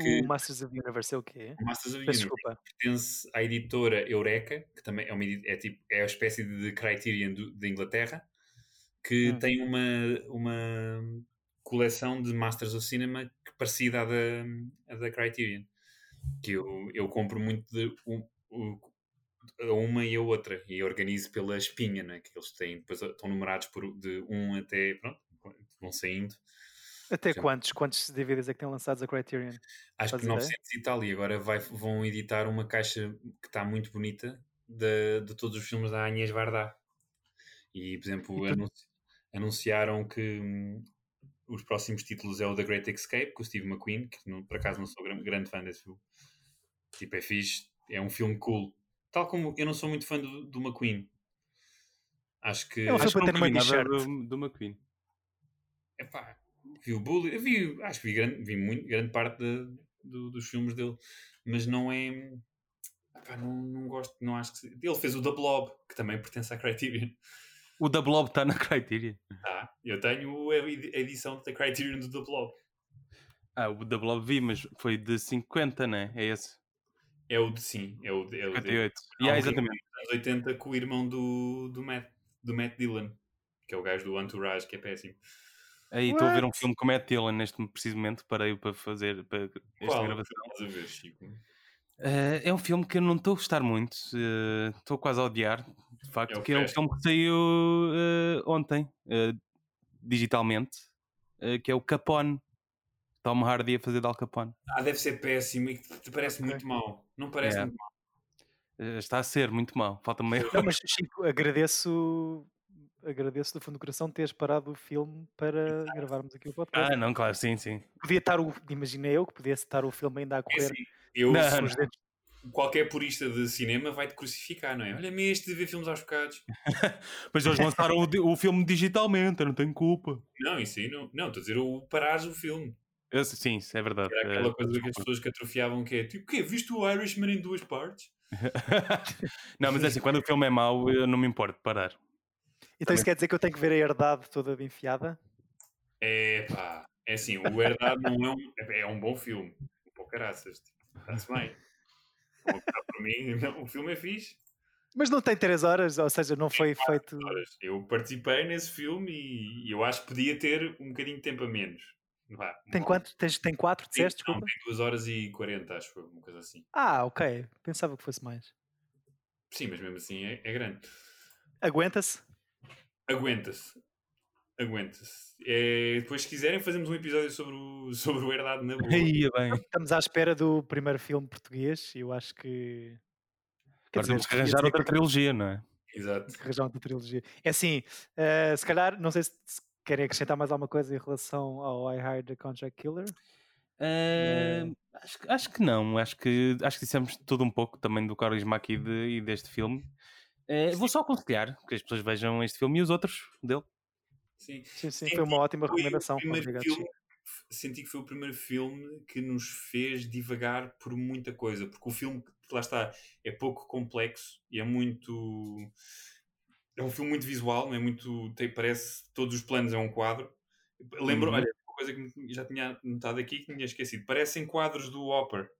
C: que-
A: O Masters of the Universe é o quê?
C: O Masters of
A: Peço
C: Universe
A: desculpa.
C: pertence à editora Eureka, que também é uma, edi- é tipo, é a espécie de Criterion do- de Inglaterra, que
A: Hum.
C: tem uma, uma coleção de Masters of Cinema que- parecida à da, à da Criterion. Que eu, eu compro muito de um- o- a uma e a outra e organizo pela espinha, né? que eles têm, depois estão numerados por, de um até. Pronto, vão saindo.
A: Até
C: Já-
A: quantos? Quantos DVDs é que têm lançados a Criterion?
C: Acho que
A: Faz ideia?
C: 900 e tal, e agora vai- vão editar uma caixa que está muito bonita de, de todos os filmes da Agnès Varda. E, por exemplo,
A: E tu-
C: anunci- anunciaram que hum, os próximos títulos é o The Great Escape, com o Steve McQueen, que não- por acaso não sou gran- grande fã desse filme. Tipo, é fixe, é um filme cool. Tal como eu não sou muito fã do, do McQueen. Acho que.
A: É um filme-
B: Acho
A: para
B: que
A: ter
B: nunca vi
A: numa
B: nada
A: t-shirt.
B: do, do McQueen.
C: Epá, vi o Bully, eu vi, acho que vi grande, vi muito, grande parte de- do- dos filmes dele, mas não é. epá, não, não gosto, não acho que. se- Ele fez o The Blob, que também pertence à Criterion.
B: O da Blob está na Criterion.
C: Tá, eu tenho a edi- a edição da Criterion do The Blob.
B: Ah, o da Blob vi, mas foi de 50, né? É esse.
C: É o de sim, é o de. É o de-
B: 58.
C: há um
B: Yeah,
C: remake
B: exatamente.
C: dos anos 80 com o irmão do, do, Matt, do Matt Dillon, que é o gajo do Entourage, que é péssimo.
B: Aí estou a ver um
A: What?
B: filme com Matt Dillon neste preciso momento. Parei para fazer para esta
C: Qual?
B: gravação.
C: Estás a ver, Chico?
B: Eh, é um filme que eu não estou a gostar muito. eh, Estou quase a odiar. De facto,
C: É o
B: que é um
C: Crash.
B: filme que saiu eh, ontem, eh, digitalmente, eh, que é o Capone. Tom Hardy a fazer de Al Capone.
C: Ah, deve ser péssimo e te parece
A: Ok.
C: muito mau. Não parece
B: É.
C: muito mau.
B: Eh, está a ser muito mau. Falta <laughs> meio.
A: Não, mas Chico, agradeço, agradeço do fundo do coração teres parado o filme para gravarmos aqui o podcast.
B: Ah, não, claro, sim, sim.
A: Podia estar o, imaginei eu que podia estar o filme ainda a
C: É
A: correr
C: assim, eu,
B: Não,
C: se-
A: com os dedos
C: qualquer purista de cinema vai te crucificar, não é? Olha-me este de ver filmes aos bocados.
B: Mas eles lançaram o, di- o filme digitalmente, eu não tenho culpa.
C: Não, isso aí não. Não, estou a dizer o parares o filme.
B: Eu- sim, isso é verdade.
C: Era aquela
B: Eh,
C: coisa que as pessoas que atrofiavam que é tipo, o quê? Viste o Irishman em duas partes?
B: <laughs> não, mas é assim, quando o filme é mau, eu não me importo de parar.
A: Então isso quer dizer que eu tenho que ver a herdade toda de enfiada?
C: É pá, é assim, o Herdado não é um, é um bom filme. Um pouco caraças, tipo, está-se bem. Vão votar por mim, não, o filme é fixe.
A: Mas não tem 3 horas, ou seja, não foi feito.
C: Horas. Eu participei nesse filme e eu acho que podia ter um bocadinho de tempo a menos. Vá,
A: Tem
C: uma-
A: quanto? Tens, tem 4,
C: Sim,
A: disseste?
C: Não,
A: Desculpa.
C: tem duas horas e 40, acho que uma coisa assim.
A: Ah, ok. Pensava que fosse mais.
C: Sim, mas mesmo assim é, é grande.
A: Aguenta-se?
C: Aguenta-se. Aguenta-se. É, depois, se quiserem, fazemos um episódio sobre o, <laughs> sobre o Herdado na boa.
B: Aí, é bem.
A: Estamos à espera do primeiro filme português e eu acho que. Quer
B: Agora temos que
A: ia
B: arranjar
A: dizer
B: outra
A: que-
B: trilogia, não é?
C: Exato.
A: que arranjar outra trilogia. É assim, eh, se calhar, não sei se, se querem acrescentar mais alguma coisa em relação ao I Hired the Contract Killer.
B: Ah,
A: Não.
B: acho, que- acho que não, acho que, acho que dissemos tudo um pouco também do carisma aqui de- e deste filme. Eh, vou só aconselhar que as pessoas vejam este filme e os outros dele.
C: Sim.
A: Sim, sim,
C: Sim,
A: foi uma ótima
C: Foi o
A: recomendação.
C: primeiro
A: Obrigado,
C: filme-
A: Chico.
C: senti que foi o primeiro filme que nos fez divagar por muita coisa, porque o filme, lá está, é pouco complexo e é muito. É um filme muito visual, não é muito. Tem, parece todos os planos é um quadro. Lembro,
B: Uhum.
C: olha, uma coisa que me- já tinha notado aqui que me tinha esquecido. Parecem quadros do Hopper.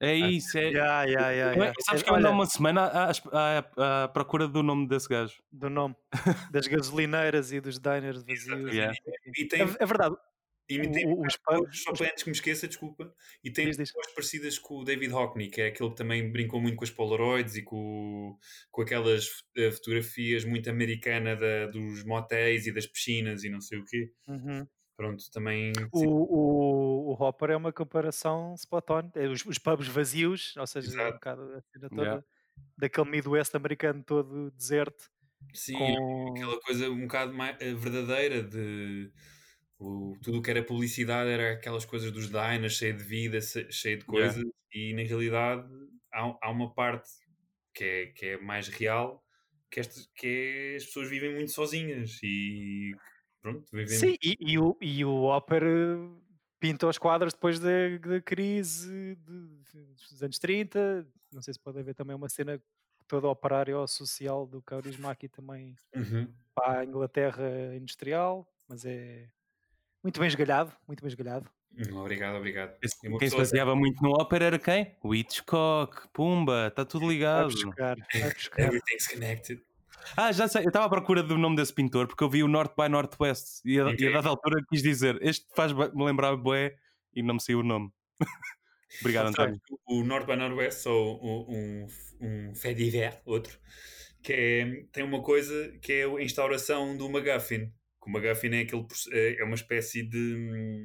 B: É isso, é.
A: Ya, ya, ya,
B: Não é?
A: ya.
B: Sabes
A: É,
B: que eu ando há
A: olha,
B: uma semana à, à- à procura do nome desse gajo.
A: do nome das gasolineiras e dos diners vazios.
B: Yeah.
C: E tem,
A: É, é verdade,
C: e tem
A: o, o, os pubs-
C: só para antes que me esqueça, desculpa. E tem
A: Diz, diz.
C: pessoas parecidas com o David Hockney, que é aquele que também brincou muito com as Polaroids e com, com aquelas eh, fotografias muito americana da- dos motéis e das piscinas e não sei o quê.
A: Uhum.
C: Pronto, também. sim,
A: O, o, o Hopper é uma comparação spot on. É Os, os pubs vazios, ou seja, é um
C: Exato.
A: bocado a cena toda
B: Yeah.
A: daquele Midwest americano todo deserto.
C: sim,
A: com...
C: aquela coisa um bocado mais eh, verdadeira de. o- tudo o que era publicidade era aquelas coisas dos diners, cheio de vida, se- cheio de
B: Yeah.
C: coisas, e na realidade há, há uma parte que é, que é mais real, que, estas- que é, as pessoas vivem muito sozinhas e pronto, vivem
A: Sim, e, e o, e o Hopper eh, pinta os quadros depois da, da crise de- de- dos anos 30. Não sei se pode haver também uma cena todo operário social do Kaurismäki também
C: Uhum.
A: para a Inglaterra industrial, mas é muito bem esgalhado, muito bem esgalhado.
C: Uhum. Obrigado, obrigado.
B: Esse- é
C: E uma
B: Quem se
C: pessoa-
B: baseava muito no ópera era quem? O Hitchcock, Pumba, está tudo
A: Vai
B: ligado.
A: buscar, <laughs> vai buscar.
C: Everything's connected.
B: Ah, já sei, eu estava à procura do nome desse pintor porque eu vi o North by Northwest e a, e a
C: Incrível.
B: dada altura quis dizer este faz-me lembrar Boé e não me saiu o nome. <laughs> Obrigado, António.
C: Sabes que O North by Northwest, ou o- um, um fait divers, outro, que é- tem uma coisa que é a instauração do MacGuffin. Que O MacGuffin é, aquele, proce- é uma espécie de hum,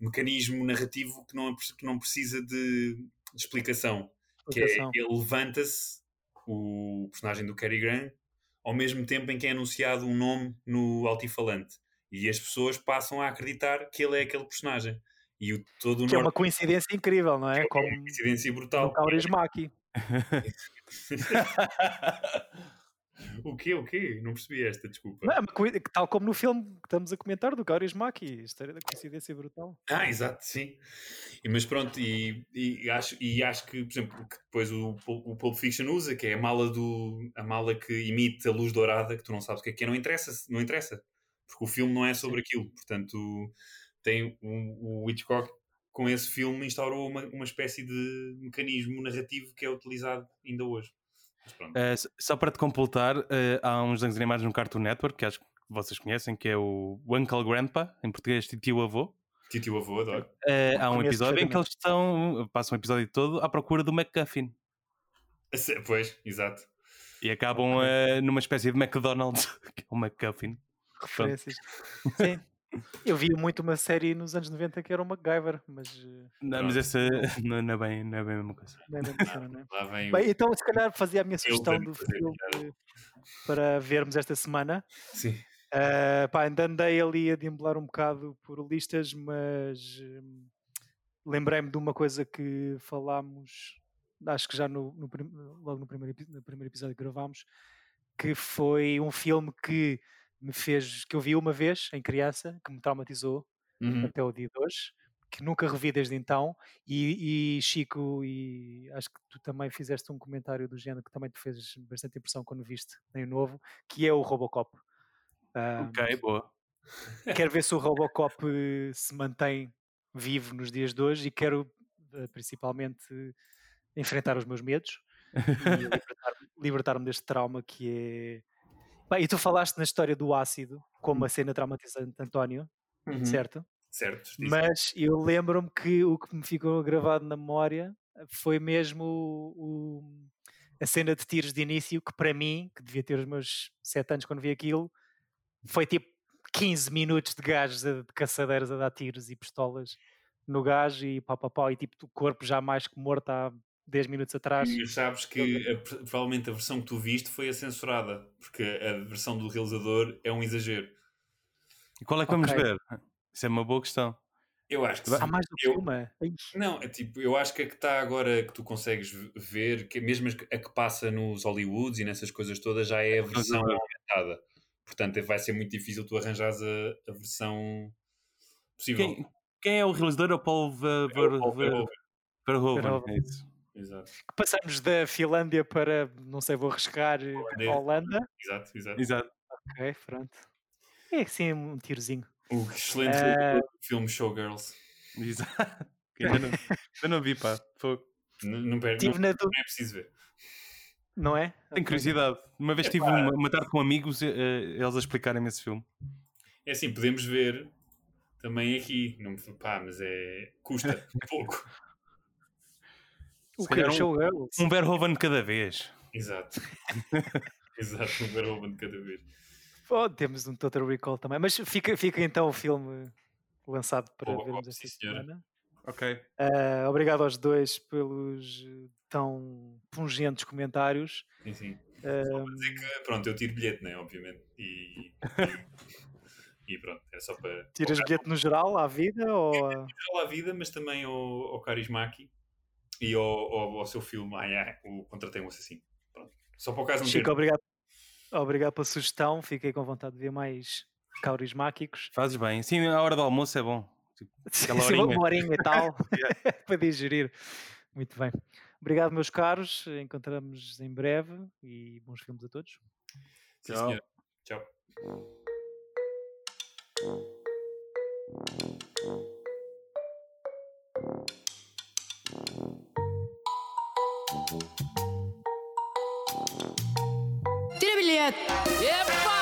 C: mecanismo narrativo que não, é preci- que não precisa de, de explicação. Que é,
A: Atenção.
C: ele levanta-se, o personagem do Cary Grant, ao mesmo tempo em que é anunciado um nome no altifalante. E as pessoas passam a acreditar que ele é aquele personagem. E o, todo o
A: Que é uma
C: norte-
A: coincidência incrível, não é? Como
C: coincidência brutal.
A: no Kaurismäki.
C: O quê? O quê? Não percebi esta, desculpa.
A: Não, é uma coi- Tal como no filme que estamos a comentar do Kaurismäki, história da coincidência brutal.
C: Ah, exato, sim. E, mas pronto, e, e acho, e acho que, por exemplo, que depois o, Pul- o Pulp Fiction usa, que é a mala, do, a mala que emite a luz dourada, que tu não sabes o que é que é, não interessa, não interessa, porque o filme não é sobre aquilo. Portanto, tem o, o Hitchcock com esse filme instaurou uma, uma espécie de mecanismo narrativo que é utilizado ainda hoje. Mas pronto.
B: Eh, s- só para te completar, eh, há uns desenhos animados no Cartoon Network que acho que vocês conhecem, que é o Uncle Grandpa, em português Titio Avô.
A: É.
C: Tio tio avô, adoro.
B: Eh, há um
A: Conheço
B: episódio em que
A: perfeitamente.
B: eles estão, passam o episódio todo à procura do McGuffin
A: É.
C: <laughs> Pois, exato.
B: e acabam
A: Ok.
B: eh, numa espécie de McDonald's, <laughs> que é o McGuffin.
A: Referências. Sim. Eu vi muito uma série nos anos 90 que era o MacGyver, mas eh,
B: Não, mas essa <laughs> não, não é bem, não é bem a mesma coisa.
A: não é bem cena, <laughs> não é?
C: Lá vem o-
A: Bem, então se calhar fazia a minha sugestão
C: para
A: do
C: não fazer
A: filme para vermos esta semana.
C: Sim.
A: Ah, pá, ainda andei ali a deambular um bocado por listas, mas hum, lembrei-me de uma coisa que falámos, acho que já no, no prim- logo no primeiro, epi- no primeiro episódio que gravámos, que foi um filme que me fez, que eu vi uma vez em criança, que me traumatizou
C: Uhum.
A: até o dia de hoje, que nunca revi desde então, e, e, Chico, e acho que tu também fizeste um comentário do género que também te fez bastante impressão quando viste em novo, que é o Robocop. Ah,
C: <laughs>
B: Ok, boa.
A: Quero ver se o Robocop eh, se mantém vivo nos dias de hoje e quero eh, principalmente eh, enfrentar os meus medos e libertar-me libertar-me deste trauma que é. Bem, e tu falaste na história do ácido como uma cena traumatizante, António,
C: Hum. Uhum.
A: certo?
C: Certo. justiça.
A: Mas eu lembro-me que o que me ficou gravado na memória eh, foi mesmo o- o- a cena de tiros de início, que para mim, que devia ter os meus 7 anos quando vi aquilo, foi tipo 15 minutos de gajos, a- de caçadeiras a dar tiros e pistolas no gajo e pá, pá, pá, e tipo o corpo já mais que morto há 10 minutos atrás.
C: Mas sabes que a- provavelmente a versão que tu viste foi a censurada, porque a versão do realizador é um exagero.
B: E qual é que vamos
A: Ok.
B: ver? Isso é uma boa questão.
C: Eu acho que
A: Há
C: sim.
A: mais do que
C: eu-
A: uma. Ai,
C: Não, é tipo, eu acho que a que está agora que tu consegues v- ver, que mesmo as que- a que passa nos Hollywoods e nessas coisas todas, já é a versão
B: Exagero.
C: aumentada. Portanto, vai ser muito difícil tu arranjares a, a versão possível.
B: Quem, quem é o realizador? É o Paul Ver-
C: É o Paul
B: Ver-
C: Verhoeven.
B: Verhoeven.
A: Verhoeven.
B: é isso.
C: Exato,
A: que Passamos da Finlândia para, não sei, vou arriscar, eh,
C: Holandês.
A: Holanda.
C: exato, exato.
B: Exato. <laughs>
A: Ok, pronto. É assim um tirozinho.
C: O excelente
A: Eh,
C: realizador do
A: <laughs>
C: filme Showgirls.
B: Exato. Ainda não, ainda não vi, pá. Fogo.
C: N- Não, per- não,
A: Tive na dúvida,
C: não é preciso ver.
A: não é?
B: Tenho curiosidade. Uma vez tive uma, uma tarde com amigos, eh, eh, eles a explicarem-me esse filme.
C: É assim, podemos ver também aqui. Não, me- pá, mas é. custa
A: <laughs>
C: um pouco.
A: O
B: Se
A: que
B: calhar
A: é
B: um-
A: Showgirls?
B: Um Verhoeven de cada vez.
A: <laughs>
C: Exato. Exato, um Verhoeven de cada vez.
A: Oh, temos um Total Recall também. Mas fica, fica então o filme lançado para
C: Robocop,
A: vermos
C: sim,
A: esta
C: senhora.
A: semana.
B: Ok.
A: Ah, obrigado aos dois pelos eh, tão pungentes comentários.
C: Sim, sim.
A: Ahm,
C: Mas é que, pronto, eu tiro bilhete, né? Obviamente. E. E, e pronto, é só para.
A: tiras bilhete no geral à vida ou a-
C: Não à vida, mas também ao, ao Karismaki e ao, ao, ao seu filme, ai, ai, o Contratei um Assassino. Pronto. Só para o caso não ter.
A: Chico, obrigado. Obrigado pela sugestão. Fiquei com vontade de ver mais cauris <laughs> máquicos.
B: Fazes bem. Sim, a hora do almoço é bom. Tipo, Aquela
A: Sim, uma
B: horinha.
A: <laughs> horinha e tal para digerir. Muito bem. Obrigado, meus caros. Encontramos em breve e bons filmes a todos.
C: Sim,
B: Tchau.
C: senhor. Tchau.
D: Tira bilhete! Epá!